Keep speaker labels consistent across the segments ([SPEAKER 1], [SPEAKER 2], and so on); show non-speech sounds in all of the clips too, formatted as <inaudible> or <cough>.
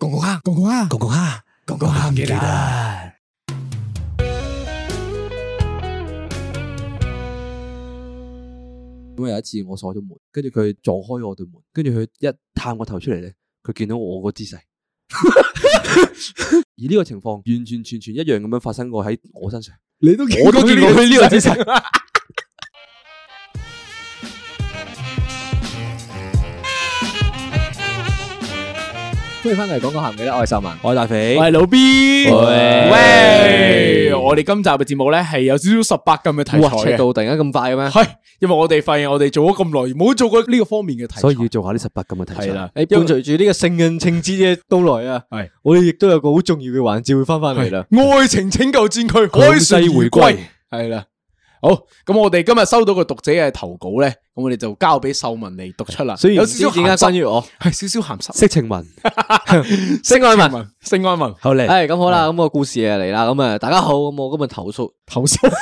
[SPEAKER 1] Con coja, con coja, con coja, con coja, get out.
[SPEAKER 2] 咁有一次我鎖咗門，跟住佢撞開我對門，跟住佢一探個頭出嚟咧，佢見到我個姿勢。 <laughs> 而呢個情況完完全全一樣咁樣發生過喺我身上，
[SPEAKER 1] 你都
[SPEAKER 2] 我都見過佢呢個姿
[SPEAKER 1] <laughs>
[SPEAKER 2] 勢。
[SPEAKER 1] 歡迎翻嚟講講鹹嘅啦，我係秀文。
[SPEAKER 2] 我係大肥，
[SPEAKER 3] 喂，老 B，
[SPEAKER 2] 喂
[SPEAKER 3] 喂，我哋今集嘅節目咧係有少少十八禁嘅題材
[SPEAKER 1] 哇，尺
[SPEAKER 3] 嘅，
[SPEAKER 1] 度突然間咁快嘅咩？
[SPEAKER 3] 係因為我哋發現我哋做咗咁耐，冇做過呢個方面嘅題材，
[SPEAKER 2] 所以要做下啲十八禁嘅題材。
[SPEAKER 3] 係啦，
[SPEAKER 1] 你伴隨住呢個聖人情節嘅到來啊，
[SPEAKER 3] 係
[SPEAKER 1] 我哋亦都有個好重要嘅環節會翻翻嚟啦。
[SPEAKER 3] 愛情拯救戰區開世回歸，係啦。好，咁我哋今日收到個讀者嘅投稿咧，咁我哋就交俾秀文嚟讀出啦。
[SPEAKER 1] 雖然
[SPEAKER 3] 有
[SPEAKER 1] 唔知
[SPEAKER 3] 少少
[SPEAKER 1] 點解
[SPEAKER 3] 鹹
[SPEAKER 1] 關
[SPEAKER 3] 濕，
[SPEAKER 1] 於我，
[SPEAKER 3] 係少少鹹濕。
[SPEAKER 2] 色情文，
[SPEAKER 3] 星安文，星安文，
[SPEAKER 2] 後嚟
[SPEAKER 1] 係咁好啦，咁個故事啊嚟啦，咁啊大家好，咁我今日投訴 <laughs>
[SPEAKER 3] 投訴，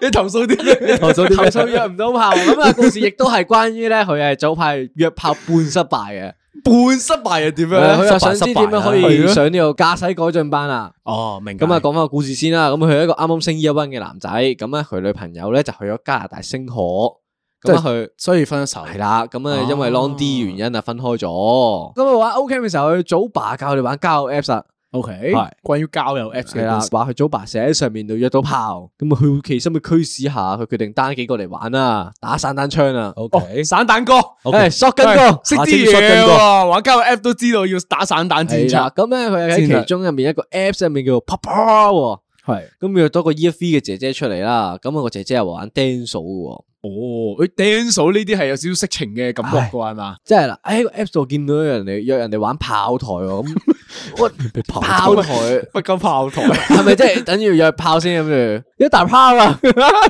[SPEAKER 3] 你投訴啲咩？
[SPEAKER 1] 投訴投訴約唔到炮，咁 <laughs> 啊故事亦都係關於咧佢係早排約炮半失敗嘅，
[SPEAKER 3] 半失敗又點樣
[SPEAKER 1] 佢
[SPEAKER 3] 咧？
[SPEAKER 1] 又想知點樣可
[SPEAKER 3] 係
[SPEAKER 1] 以
[SPEAKER 3] 咯
[SPEAKER 1] 上呢個駕駛改進班啊。
[SPEAKER 3] 哦，明
[SPEAKER 1] 咁啊，
[SPEAKER 3] 解
[SPEAKER 1] 講翻個故事先啦。咁佢係一個啱啱升 Year One 嘅男仔，咁咧佢女朋友咧就去咗加拿大升學，咁啊佢。
[SPEAKER 3] 所以分咗手
[SPEAKER 1] 系啦，咁啊，因為
[SPEAKER 3] 哦
[SPEAKER 1] long D 原因啊，分開咗。咁啊，玩 O K 嘅時候，佢祖爸教佢哋玩交友 Apps 啊，
[SPEAKER 3] O K，
[SPEAKER 1] 係
[SPEAKER 3] 關於交友 Apps
[SPEAKER 1] 系
[SPEAKER 3] 嘅
[SPEAKER 1] 啦，
[SPEAKER 3] 故事
[SPEAKER 1] 話佢祖爸成日喺上面度約到炮，咁啊，佢其心嘅驅使下，佢決定單幾個嚟玩啊，打散彈槍啊，
[SPEAKER 2] ，O
[SPEAKER 3] 哦，
[SPEAKER 2] K，
[SPEAKER 3] 散彈哥，
[SPEAKER 1] 誒，索緊
[SPEAKER 3] 喂
[SPEAKER 1] 個
[SPEAKER 3] 識
[SPEAKER 2] 下次
[SPEAKER 3] 啲
[SPEAKER 2] 要索
[SPEAKER 3] 嘢
[SPEAKER 2] 緊哥
[SPEAKER 3] 喎，玩交友 App 都知道要打散彈戰
[SPEAKER 1] 係啦
[SPEAKER 3] 策，
[SPEAKER 1] 咁咧佢係
[SPEAKER 3] 戰
[SPEAKER 1] 喺
[SPEAKER 3] 略
[SPEAKER 1] 其中入面一個 Apps 入面叫做 Papa 喎，
[SPEAKER 3] 係
[SPEAKER 1] 咁約多個 E F V 嘅姐姐出嚟啦，咁啊個姐姐係玩 dance 嘅喎，
[SPEAKER 3] 哦，佢 dance 數呢啲係有少少色情嘅感覺嘅喎係嘛？
[SPEAKER 1] 即係啦，喺個 Apps 度見到人哋約人哋玩炮台喎，咁喂炮台。
[SPEAKER 3] 不夠炮台，
[SPEAKER 1] 系咪即系等於約炮先咁住？一大炮啦，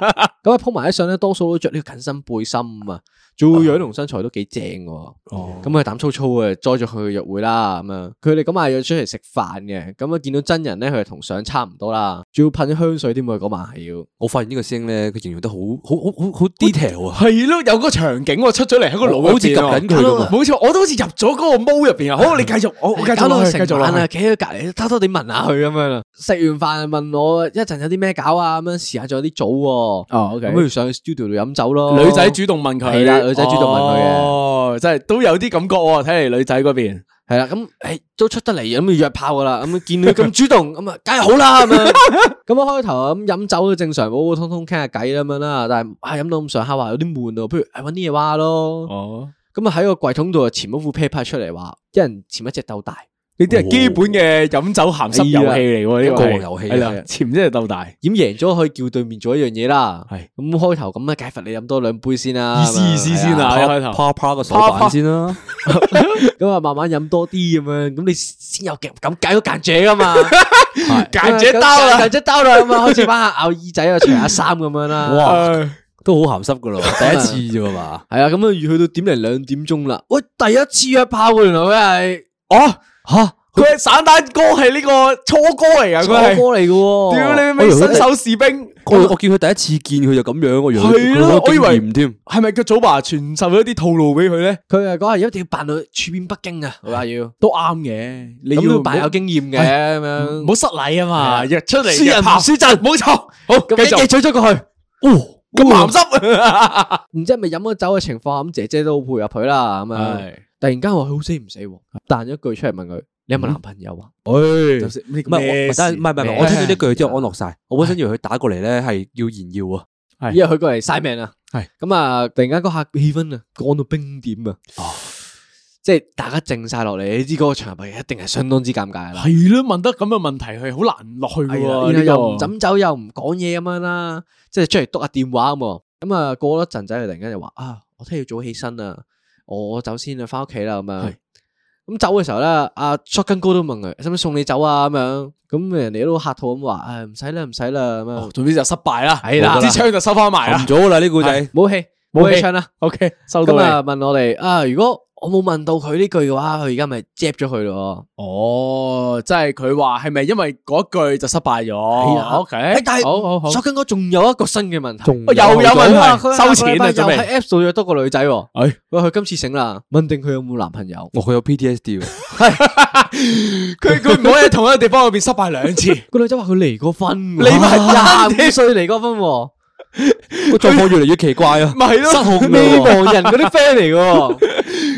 [SPEAKER 1] <laughs> 咁啊鋪埋啲相咧，多數都着呢個緊身背心啊，做樣同身材都幾正喎。咁佢膽粗粗嘅，載咗佢去約會啦咁樣。佢哋咁啊約出嚟食飯嘅，咁啊見到真人咧，佢係同相差唔多啦，仲要噴香水添喎，嗰晚係要。
[SPEAKER 2] 我發現呢個聲咧，佢形容得好好好好好 detail 啊。
[SPEAKER 3] <laughs> 係咯，有個場景喎出咗嚟喺個腦入
[SPEAKER 2] 好似
[SPEAKER 3] 邊
[SPEAKER 2] 及
[SPEAKER 3] 喎
[SPEAKER 2] 緊佢咁啊
[SPEAKER 3] 冇錯，我都好似入咗嗰個毛入邊啊！好，你繼續，我我繼續
[SPEAKER 1] 搞
[SPEAKER 3] 落
[SPEAKER 1] 到
[SPEAKER 3] 去，繼
[SPEAKER 1] 成
[SPEAKER 3] 續落
[SPEAKER 1] 晚啊，
[SPEAKER 3] 去。
[SPEAKER 1] 企喺隔離偷偷地聞下佢咁樣啦。食完飯問我一陣有啲咩搞啊，咁樣試下仲有啲早喎。
[SPEAKER 3] 哦，OK 哦
[SPEAKER 1] 咁啊不如上去 studio 度飲酒咯。
[SPEAKER 3] 女仔主動問佢，
[SPEAKER 1] 係啦女仔主動問佢嘅
[SPEAKER 3] 哦，真係都有啲感覺喎。睇嚟女仔嗰邊，
[SPEAKER 1] 系啦，咁诶都出得嚟，咁要約炮噶啦，咁見佢咁主動，咁啊梗係好啦咁
[SPEAKER 3] <laughs>
[SPEAKER 1] 樣。咁一開頭咁飲酒都正常，普普通通傾下偈咁樣啦。但係啊飲到咁上下話有啲悶咯，不如誒搵啲嘢玩咯。
[SPEAKER 3] 哦，
[SPEAKER 1] 咁啊喺個櫃桶度就潛咗副啤牌出嚟，話一人潛一隻鬥大，
[SPEAKER 3] 呢啲係基本嘅飲酒鹹濕遊戲嚟喎，呢個係
[SPEAKER 2] 係啦哦一個遊戲
[SPEAKER 3] 係啦
[SPEAKER 2] 係啊，
[SPEAKER 3] 潛真係鬥大，
[SPEAKER 1] 咁贏咗可以叫對面做一樣嘢啦。
[SPEAKER 3] 係
[SPEAKER 1] 咁開頭咁啊，解罰你飲多兩杯先啦，
[SPEAKER 3] 意思
[SPEAKER 1] 咁樣
[SPEAKER 3] 意思
[SPEAKER 1] 係
[SPEAKER 3] 先啊，一開頭。
[SPEAKER 2] 啪啪個手
[SPEAKER 3] 啪啪
[SPEAKER 2] 板先啦，
[SPEAKER 1] 咁啊慢慢飲多啲咁樣，咁你先有夾咁
[SPEAKER 3] <laughs>
[SPEAKER 1] 解到間者噶嘛。
[SPEAKER 3] 間者刀啦
[SPEAKER 1] 間者刀啦，咁啊開始玩下咬耳仔啊，除下衫咁樣啦。
[SPEAKER 2] 哇
[SPEAKER 3] 誒
[SPEAKER 2] 都好鹹濕
[SPEAKER 3] <laughs>
[SPEAKER 2] 噶咯，第一次啫嘛。
[SPEAKER 1] 系啊，咁啊，去到點零兩點鐘啦。喂，第一次約炮喎，原來佢係
[SPEAKER 3] 哦，
[SPEAKER 1] 吓
[SPEAKER 3] 佢係散彈哥係呢個初哥嚟噶，
[SPEAKER 1] 初
[SPEAKER 3] 佢係
[SPEAKER 1] 哥嚟嘅喎。
[SPEAKER 3] 屌你
[SPEAKER 2] 哎我以
[SPEAKER 3] 咩
[SPEAKER 2] 為佢
[SPEAKER 3] 新手士兵，
[SPEAKER 2] 我我見佢第一次見佢就咁樣個樣，
[SPEAKER 3] 係咯
[SPEAKER 2] 佢好多
[SPEAKER 3] 我以為
[SPEAKER 2] 經驗添。
[SPEAKER 3] 係咪個祖爸傳授咗啲套路俾佢咧？
[SPEAKER 1] 佢啊講係一定要扮到處變不驚啊，
[SPEAKER 2] <laughs>
[SPEAKER 1] 佢話要
[SPEAKER 3] 都啱嘅，你
[SPEAKER 1] 咁
[SPEAKER 3] 要
[SPEAKER 1] 都扮有經驗嘅咁樣
[SPEAKER 3] 唔。好失禮啊嘛，約出嚟
[SPEAKER 1] 輸人唔
[SPEAKER 3] 輸 <laughs> 陣，冇錯。好，
[SPEAKER 1] 咁
[SPEAKER 3] 繼
[SPEAKER 1] 一嘢
[SPEAKER 3] 續
[SPEAKER 1] 嘴咗過去，
[SPEAKER 2] 哦，
[SPEAKER 3] 咁鹹 <laughs> 濕，
[SPEAKER 1] 唔知係咪飲咗酒嘅情況下，咁姐姐都好配合佢啦。咁啊，突然間話佢好死唔死喎，彈咗一句出嚟問佢：你有冇男朋友啊？
[SPEAKER 3] 就
[SPEAKER 2] 誒。
[SPEAKER 3] 是呢
[SPEAKER 2] 唔
[SPEAKER 3] 個咩
[SPEAKER 2] 係我，唔係
[SPEAKER 3] 事
[SPEAKER 2] 唔係唔嗯 <laughs> 係，我聽到呢句之後安樂
[SPEAKER 1] <laughs>
[SPEAKER 2] 晒。我本身以為佢打過嚟咧係要炫耀啊，
[SPEAKER 3] 係
[SPEAKER 1] 因為佢過嚟嘥命啊。
[SPEAKER 3] 係
[SPEAKER 1] 咁啊，突然間嗰下氣氛啊，降到冰點啊。
[SPEAKER 2] 哦
[SPEAKER 1] 即係大家靜晒落嚟，你知嗰個場合一定係相當之尷尬啦。
[SPEAKER 3] 係咯，問得咁嘅問題係好難落去嘅
[SPEAKER 1] 係啦
[SPEAKER 3] 喎，
[SPEAKER 1] 然後
[SPEAKER 3] 呢
[SPEAKER 1] 又唔
[SPEAKER 3] 個
[SPEAKER 1] 飲酒又唔講嘢咁樣啦，即係出嚟篤下電話咁喎。咁啊過咗一陣仔，佢突然間就話啊，我聽日要早起身啊，我走先啦，翻屋企啦咁樣。咁走嘅時候咧，阿 Shotgun 哥都問佢，使唔使送你走啊？咁樣，咁人哋都客套咁話，啊誒唔使啦，唔使啦咁
[SPEAKER 3] 哦
[SPEAKER 1] 樣，
[SPEAKER 3] 總之就失敗啦，
[SPEAKER 1] 係啦
[SPEAKER 3] 支槍就收翻埋啦
[SPEAKER 2] 冚。咗啦呢故
[SPEAKER 3] 係
[SPEAKER 2] 仔，
[SPEAKER 1] 啊冇氣
[SPEAKER 3] 冇
[SPEAKER 1] 冇
[SPEAKER 3] 氣
[SPEAKER 1] 氣唱啦。
[SPEAKER 3] O K，收到
[SPEAKER 1] 咁啊
[SPEAKER 3] 啦。
[SPEAKER 1] 問我哋啊，如果我冇問到佢呢句嘅話，佢而家咪 jap 咗佢咯。
[SPEAKER 3] 哦，即係佢話係咪因為嗰句就失敗咗
[SPEAKER 1] 啊
[SPEAKER 3] ？O K，
[SPEAKER 1] 誒但係
[SPEAKER 3] 好好好。
[SPEAKER 1] Shotgun 哥仲有一個新嘅問題，啊
[SPEAKER 3] 哦又有問題收錢啦準
[SPEAKER 1] 就
[SPEAKER 3] 備
[SPEAKER 1] 啊喺 Apps 度約多個女仔喎。
[SPEAKER 3] 哎
[SPEAKER 1] 喂，佢今次醒啦，問定佢有冇男朋友。
[SPEAKER 2] 哦佢有 PTSD 喎，
[SPEAKER 3] 佢佢唔好喺同一個地方入邊失敗兩次。
[SPEAKER 1] 個女仔話佢離過婚喎，
[SPEAKER 3] 離埋婚
[SPEAKER 1] 哇
[SPEAKER 3] 添
[SPEAKER 1] 廿五歲離過婚
[SPEAKER 3] <laughs>
[SPEAKER 1] 喎，
[SPEAKER 2] 個狀況越嚟越奇
[SPEAKER 1] <laughs>
[SPEAKER 2] 怪啊！
[SPEAKER 3] 咪係
[SPEAKER 1] 失
[SPEAKER 3] 咯，
[SPEAKER 1] 控未亡人嗰啲 friend 嚟嘅
[SPEAKER 3] <laughs>
[SPEAKER 1] 喎。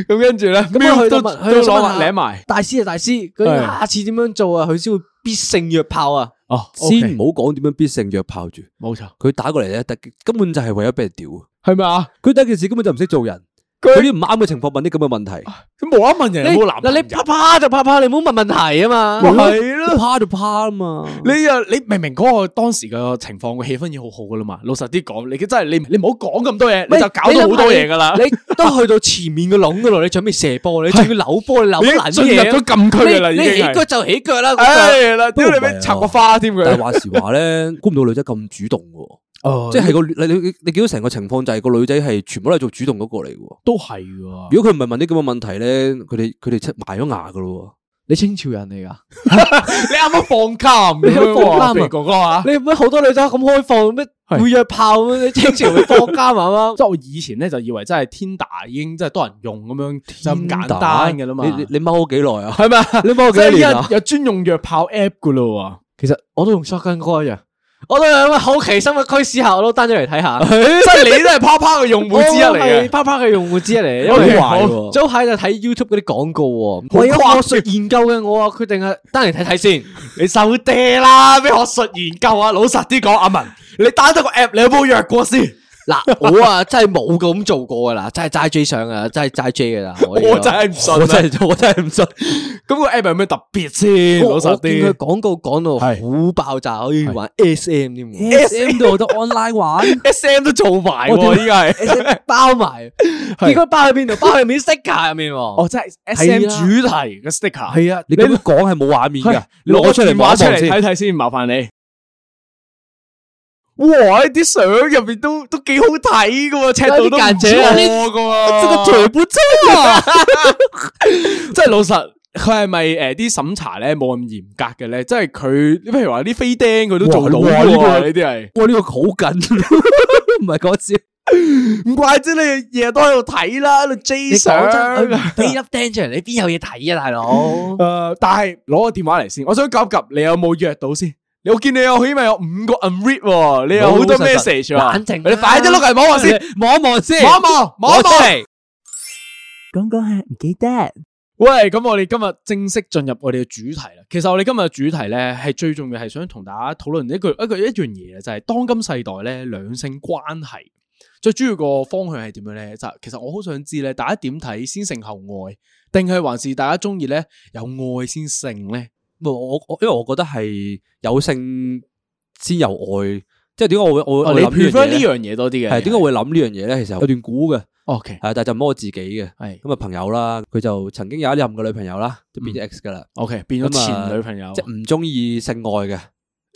[SPEAKER 3] 咁跟住咧，
[SPEAKER 1] 啊
[SPEAKER 3] 喵
[SPEAKER 1] 佢
[SPEAKER 3] 都
[SPEAKER 1] 就問佢就
[SPEAKER 3] 都想
[SPEAKER 1] 問下
[SPEAKER 3] 舐埋。
[SPEAKER 1] 大師啊大師，佢
[SPEAKER 3] 係
[SPEAKER 1] 下次點樣做啊？佢先會必勝約炮啊！
[SPEAKER 3] 哦，
[SPEAKER 2] 先
[SPEAKER 3] 先
[SPEAKER 2] <laughs> 唔好講點樣必勝約炮住，
[SPEAKER 3] 冇錯，
[SPEAKER 2] 佢打過嚟咧，特根本就係為咗俾人屌啊。
[SPEAKER 3] 係咪啊？
[SPEAKER 2] 佢第一件事根本就唔識做人，
[SPEAKER 3] 佢
[SPEAKER 2] 佢啲唔啱嘅情況問啲咁嘅問題，
[SPEAKER 3] 咁冇得問
[SPEAKER 1] 你
[SPEAKER 3] 人有冇男
[SPEAKER 1] 嗱
[SPEAKER 3] 朋
[SPEAKER 1] 你
[SPEAKER 3] 友
[SPEAKER 1] 啪啪就啪啪，你唔好問問題啊嘛。
[SPEAKER 3] 係咯。
[SPEAKER 2] 趴就趴啊嘛。
[SPEAKER 3] 你又你明明嗰個當時嘅情況個氣氛已經好好噶啦嘛，老實啲講，你真係你你唔好講咁多嘢，你就搞到好多嘢噶啦，
[SPEAKER 1] 你都去到前面嘅籠噶咯，你準備射波，你仲要扭波，你扭
[SPEAKER 3] 已經
[SPEAKER 1] 撚
[SPEAKER 3] 進入
[SPEAKER 1] 嘢啊。
[SPEAKER 3] 咗禁區噶啦，已
[SPEAKER 1] 你
[SPEAKER 3] 經
[SPEAKER 1] 你起腳
[SPEAKER 3] 係。
[SPEAKER 1] 就起腳啦，嗰
[SPEAKER 3] 唉啦，屌你咪插個花添
[SPEAKER 2] <laughs> 但係
[SPEAKER 3] 佢。
[SPEAKER 2] 話時話咧，估唔到女仔咁主動 <laughs> 嘅
[SPEAKER 3] 哦
[SPEAKER 2] 喎，即係個你你你見到成個情況就係個女仔係全部都係做主動嗰個嚟嘅喎。
[SPEAKER 3] 都係喎。
[SPEAKER 2] 如果佢唔係問啲咁嘅問題咧，佢哋佢哋出埋咗牙嘅咯
[SPEAKER 1] 你清朝人嚟噶，
[SPEAKER 3] 你啱啱放監
[SPEAKER 1] 你啱
[SPEAKER 3] 咁
[SPEAKER 1] 啱放監啊
[SPEAKER 3] 樣喎，肥哥哥啊！
[SPEAKER 1] 你乜好多女仔咁開放，咩
[SPEAKER 3] 係
[SPEAKER 1] 會約炮咁？你清朝咪放監啊嘛？ <laughs>
[SPEAKER 3] 即係我以前咧就以為真係 Tinder 已經真係多人用咁樣就
[SPEAKER 2] 喎。
[SPEAKER 3] 咁簡單嘅啦嘛，
[SPEAKER 2] 你你你踎咗幾耐啊？
[SPEAKER 3] 係咪啊？
[SPEAKER 2] 你踎咗
[SPEAKER 3] 即係依
[SPEAKER 2] 幾年
[SPEAKER 3] 家
[SPEAKER 2] 啊？
[SPEAKER 3] 有專用約炮 app 噶啦
[SPEAKER 1] 其實我都用 shotgun 哥一樣，我都有好奇心嘅驅使下，我都 down 咗嚟睇 <laughs> 下。
[SPEAKER 3] 喎，即係你都係啪啪嘅用戶之一嚟
[SPEAKER 1] 我係
[SPEAKER 3] 嘅。
[SPEAKER 1] 啪啪嘅用戶之一嚟，因為
[SPEAKER 3] OK，
[SPEAKER 1] 好
[SPEAKER 3] 好
[SPEAKER 1] 早喺度睇 YouTube 嗰啲廣告喎，
[SPEAKER 3] 好
[SPEAKER 1] 為咗
[SPEAKER 3] 誇
[SPEAKER 1] 學術研究嘅我啊，決定係 down 嚟睇睇先。
[SPEAKER 3] 你收爹啦，咩學術研究啊？老實啲講，阿文，你打得個 app，你有冇約過先？
[SPEAKER 1] 嗱，我啊真係冇咁做過噶啦，真係齋 J 上噶，真係齋 J 噶啦。我
[SPEAKER 3] 我真係唔信啊，
[SPEAKER 2] 我真係我真係唔信。
[SPEAKER 3] 咁個 app 有咩特別先？
[SPEAKER 1] 我
[SPEAKER 3] 老實
[SPEAKER 1] 我見佢
[SPEAKER 3] 啲，
[SPEAKER 1] 廣告講到好爆炸，可以玩 SM 添喎
[SPEAKER 2] S M 度有得 online 玩，
[SPEAKER 3] S M 都做埋喎，依家係
[SPEAKER 1] ，SM 包埋，結果包喺邊度？包喺面 sticker 入面喎。
[SPEAKER 3] 哦，真係 S
[SPEAKER 1] 係
[SPEAKER 3] M
[SPEAKER 1] 啦
[SPEAKER 3] 主題嘅 sticker。
[SPEAKER 1] 係啊，
[SPEAKER 2] 你咁樣講係冇畫面
[SPEAKER 3] 係
[SPEAKER 2] 㗎。你攞出嚟
[SPEAKER 3] 啊攞
[SPEAKER 2] 望
[SPEAKER 3] 出
[SPEAKER 2] 一望
[SPEAKER 3] 嚟
[SPEAKER 2] 先
[SPEAKER 3] 睇。睇先，麻煩你。哇！啲相入邊都都幾好睇噶喎，尺度都唔錯噶喎，
[SPEAKER 1] 這個腿
[SPEAKER 3] 不錯啊！ <laughs> 即係老實，佢係咪誒啲審查咧冇咁嚴格嘅咧？即係佢，譬如話啲飛釘佢都做到
[SPEAKER 2] 哇
[SPEAKER 3] 嘅
[SPEAKER 2] 哇呢
[SPEAKER 3] 喎，
[SPEAKER 2] 個
[SPEAKER 3] 呢啲係
[SPEAKER 2] 哇！呢個好
[SPEAKER 1] <laughs>
[SPEAKER 2] 緊，唔係講笑。
[SPEAKER 3] 唔怪之你日日都喺度睇啦，喺度 J
[SPEAKER 1] 你
[SPEAKER 3] 相
[SPEAKER 1] 講。真，佢唔俾粒釘出嚟，你邊有嘢睇啊，大佬？
[SPEAKER 3] 誒，但係攞個電話嚟先，我想及一及你有冇約到先？你我見你有起碼有五個 unread 喎，你有好多
[SPEAKER 1] 老老實實
[SPEAKER 3] message 喎。
[SPEAKER 1] 冷靜啊啦
[SPEAKER 3] 你快啲碌嚟望下
[SPEAKER 1] <laughs>
[SPEAKER 3] 先，
[SPEAKER 2] 望一望先， <laughs>
[SPEAKER 3] 望一望，望一
[SPEAKER 2] 出
[SPEAKER 3] 望。
[SPEAKER 2] 嚟。
[SPEAKER 4] 講講下唔記得。
[SPEAKER 3] 喂，咁我哋今日正式進入我哋嘅主題啦。其實我哋今日嘅主題咧，係最重要係想同大家討論一句一句一樣嘢，就係當今世代咧兩性關係最主要個方向係點樣咧？就其實我好想知咧，大家點睇先性後愛，定係還是大家中意咧有愛先性咧？
[SPEAKER 2] 唔係我我，因為我覺得係有性先有愛，即係點解我會我會
[SPEAKER 3] 哦
[SPEAKER 2] 我會
[SPEAKER 3] 你
[SPEAKER 2] 諗呢
[SPEAKER 3] prefer 呢
[SPEAKER 2] 樣嘢
[SPEAKER 3] 樣嘢多啲
[SPEAKER 2] 咧？
[SPEAKER 3] 嘅？
[SPEAKER 2] 係點解我會諗呢樣嘢咧？其實有段估嘅，係
[SPEAKER 3] ？OK，
[SPEAKER 2] 但係就唔係我自己嘅。
[SPEAKER 3] 係
[SPEAKER 2] 咁啊，朋友啦，佢就曾經有一任嘅女朋友啦，都變咗 ex 噶啦，
[SPEAKER 3] OK，變咗
[SPEAKER 2] 咁啊
[SPEAKER 3] 前女朋友，
[SPEAKER 2] 即係唔中意性愛嘅，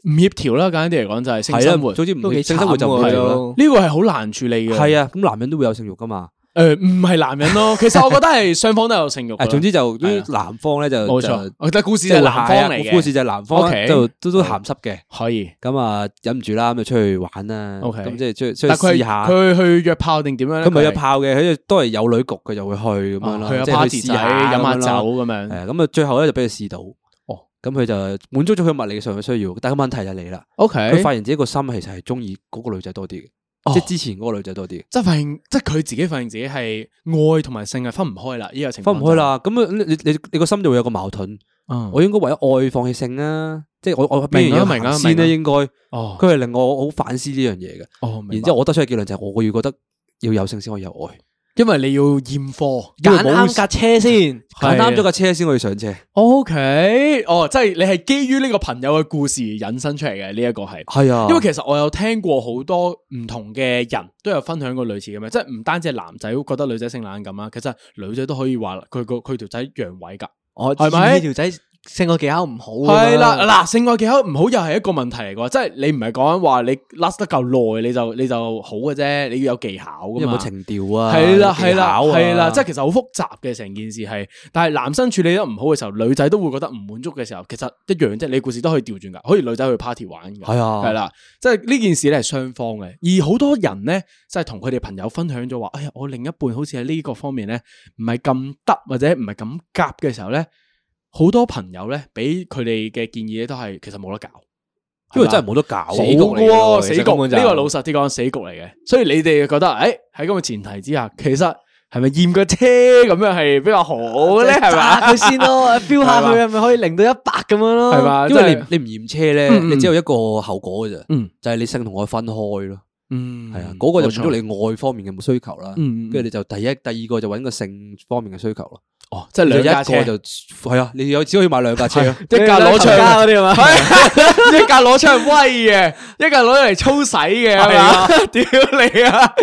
[SPEAKER 3] 唔協調啦。簡單啲嚟講就係性
[SPEAKER 2] 係
[SPEAKER 3] 生活
[SPEAKER 2] 啦，，總之
[SPEAKER 1] 都幾
[SPEAKER 2] 唔性生活就
[SPEAKER 1] 慘
[SPEAKER 2] 唔
[SPEAKER 1] 喎
[SPEAKER 2] 係啦。
[SPEAKER 1] 都
[SPEAKER 3] 呢個係好難處理嘅。
[SPEAKER 2] 係啊，咁男人都會有性欲噶嘛。
[SPEAKER 3] 誒，唔係男人
[SPEAKER 2] <laughs>
[SPEAKER 3] 咯，其實我覺得係雙方都有性欲㗎。
[SPEAKER 2] 誒，總之就
[SPEAKER 3] 係啊
[SPEAKER 2] 男方咧就
[SPEAKER 3] 冇
[SPEAKER 2] 就
[SPEAKER 3] 錯，我覺得故事
[SPEAKER 2] 即
[SPEAKER 3] 就係
[SPEAKER 2] 係啊
[SPEAKER 3] 男方嚟嘅，
[SPEAKER 2] 故事就係男方
[SPEAKER 3] OK
[SPEAKER 2] 就都都鹹濕嘅。
[SPEAKER 3] 可以。
[SPEAKER 2] 咁啊，忍唔住啦，咁就出去玩啦。
[SPEAKER 3] OK
[SPEAKER 2] 咁即係出去出
[SPEAKER 3] 但
[SPEAKER 2] 去
[SPEAKER 3] 佢
[SPEAKER 2] 試
[SPEAKER 3] 係
[SPEAKER 2] 下。
[SPEAKER 3] 佢去約炮定點樣咧？
[SPEAKER 2] 佢唔係有炮嘅，佢都係有女局，佢就會去咁樣
[SPEAKER 3] 哦
[SPEAKER 2] 啦，
[SPEAKER 3] 去下
[SPEAKER 2] 即係
[SPEAKER 3] party
[SPEAKER 2] 去試
[SPEAKER 3] 仔
[SPEAKER 2] 下
[SPEAKER 3] 飲下酒
[SPEAKER 2] 咁樣啦。
[SPEAKER 3] 咁樣。
[SPEAKER 2] 誒，咁啊，最後咧就俾佢試到。
[SPEAKER 3] 哦，
[SPEAKER 2] 咁佢就滿足咗佢物理上嘅需要，但係個問題就嚟啦，
[SPEAKER 3] O K，
[SPEAKER 2] 佢發現自己個心其實係中意嗰個女仔多啲
[SPEAKER 3] 哦
[SPEAKER 2] 嘅，即係之前嗰個女仔多啲嘅，
[SPEAKER 3] 即係發現，即係佢自己發現自己係愛同埋性係分唔開啦。呢個情況
[SPEAKER 2] 分唔開啦。咁啊，你你你個心就會有個矛盾，
[SPEAKER 3] 就。嗯
[SPEAKER 2] 我應該為咗愛放棄性啊，即係我我邊
[SPEAKER 3] 明啊
[SPEAKER 2] 樣
[SPEAKER 3] 明啊
[SPEAKER 2] 嘢行先咧？應該
[SPEAKER 3] 哦，
[SPEAKER 2] 佢係令我好反思呢樣嘢嘅。
[SPEAKER 3] 哦，明白
[SPEAKER 2] 然之後我得出嘅結論就係我會覺得要有性先可以有愛，
[SPEAKER 3] 因为你要验货，
[SPEAKER 1] 拣啱架车先。
[SPEAKER 3] 係
[SPEAKER 2] 啱咗架車先可以上車，
[SPEAKER 3] O K，哦，即系你系基于呢个朋友嘅故事引申出嚟嘅呢一个系。
[SPEAKER 2] 係啊
[SPEAKER 3] 因為其實我有聽過好多唔同嘅人都有分享過類似咁樣，即係唔單止係男仔覺得女仔性冷感啦，其實女仔都可以話佢個佢條仔陽痿㗎。
[SPEAKER 1] 我
[SPEAKER 3] 係咪
[SPEAKER 1] 條仔性愛技巧唔好
[SPEAKER 2] 啊
[SPEAKER 1] 咁樣？
[SPEAKER 3] 係啦，嗱，性愛技巧唔好又係一個問題嚟㗎，即係你唔係講緊話你 last 得夠耐你就你就好嘅啫，你要有技巧㗎
[SPEAKER 2] 有
[SPEAKER 3] 嘛。
[SPEAKER 2] 冇情調啊？
[SPEAKER 3] 系啦，
[SPEAKER 2] 有
[SPEAKER 3] 系啦，
[SPEAKER 2] 技巧啊
[SPEAKER 3] 系啦，即系其实好复杂嘅成件事系，但系男生处理得唔好嘅时候，女仔都会觉得唔满足嘅时候，其实一样啫。你故事都可以调转噶，可以女仔去 party 玩嘅，
[SPEAKER 2] 係啊
[SPEAKER 3] 系啦，即系呢件事咧系双方嘅，而好多人咧，即系同佢哋朋友分享咗话，哎呀，我另一半好似喺呢個方面咧唔系咁得或者唔系咁夾嘅时候咧，好多朋友咧俾佢哋嘅建議咧都係其實冇得搞。
[SPEAKER 2] 因為真係冇得搞啊，
[SPEAKER 3] 死局
[SPEAKER 2] 冇
[SPEAKER 3] 嚟
[SPEAKER 2] 㗎
[SPEAKER 3] 喎，
[SPEAKER 2] 喎
[SPEAKER 3] 死
[SPEAKER 2] 其實根本
[SPEAKER 3] 局
[SPEAKER 2] 就
[SPEAKER 3] 呢個老實啲講，死局嚟嘅。所以你哋覺得，诶喺咁嘅前提之下，其實係咪驗個車咁樣係比較好 <laughs> 咧？係
[SPEAKER 1] 打
[SPEAKER 3] 咪？啊
[SPEAKER 1] 佢先咯，feel 下佢係咪可以零到一百咁樣咯？
[SPEAKER 3] 係嘛？
[SPEAKER 2] 因
[SPEAKER 3] 為
[SPEAKER 2] 為你你唔驗車咧，
[SPEAKER 3] 嗯嗯
[SPEAKER 2] 你只有一個後果嘅啫，
[SPEAKER 3] 嗯
[SPEAKER 2] 就係你性同愛分開咯。
[SPEAKER 3] 嗯
[SPEAKER 2] 係啊，嗰個就
[SPEAKER 3] 冇
[SPEAKER 2] 滿
[SPEAKER 3] 錯
[SPEAKER 2] 足你愛方面嘅需求啦。
[SPEAKER 3] 嗯嗯嗯
[SPEAKER 2] 跟住你就第一、第二個就揾個性方面嘅需求咯。
[SPEAKER 3] 哦，即係兩架
[SPEAKER 2] 就
[SPEAKER 3] 車啊
[SPEAKER 2] 一個就係啊，你有只可以買兩架車咯。
[SPEAKER 3] 一架攞
[SPEAKER 1] 頭家
[SPEAKER 3] 槍啊
[SPEAKER 1] 嗰啲係
[SPEAKER 3] <laughs>
[SPEAKER 1] 嘛？
[SPEAKER 3] 係一架攞出嚟威嘅，一架攞嚟粗使嘅，係啊嘛？ <laughs> 屌你啊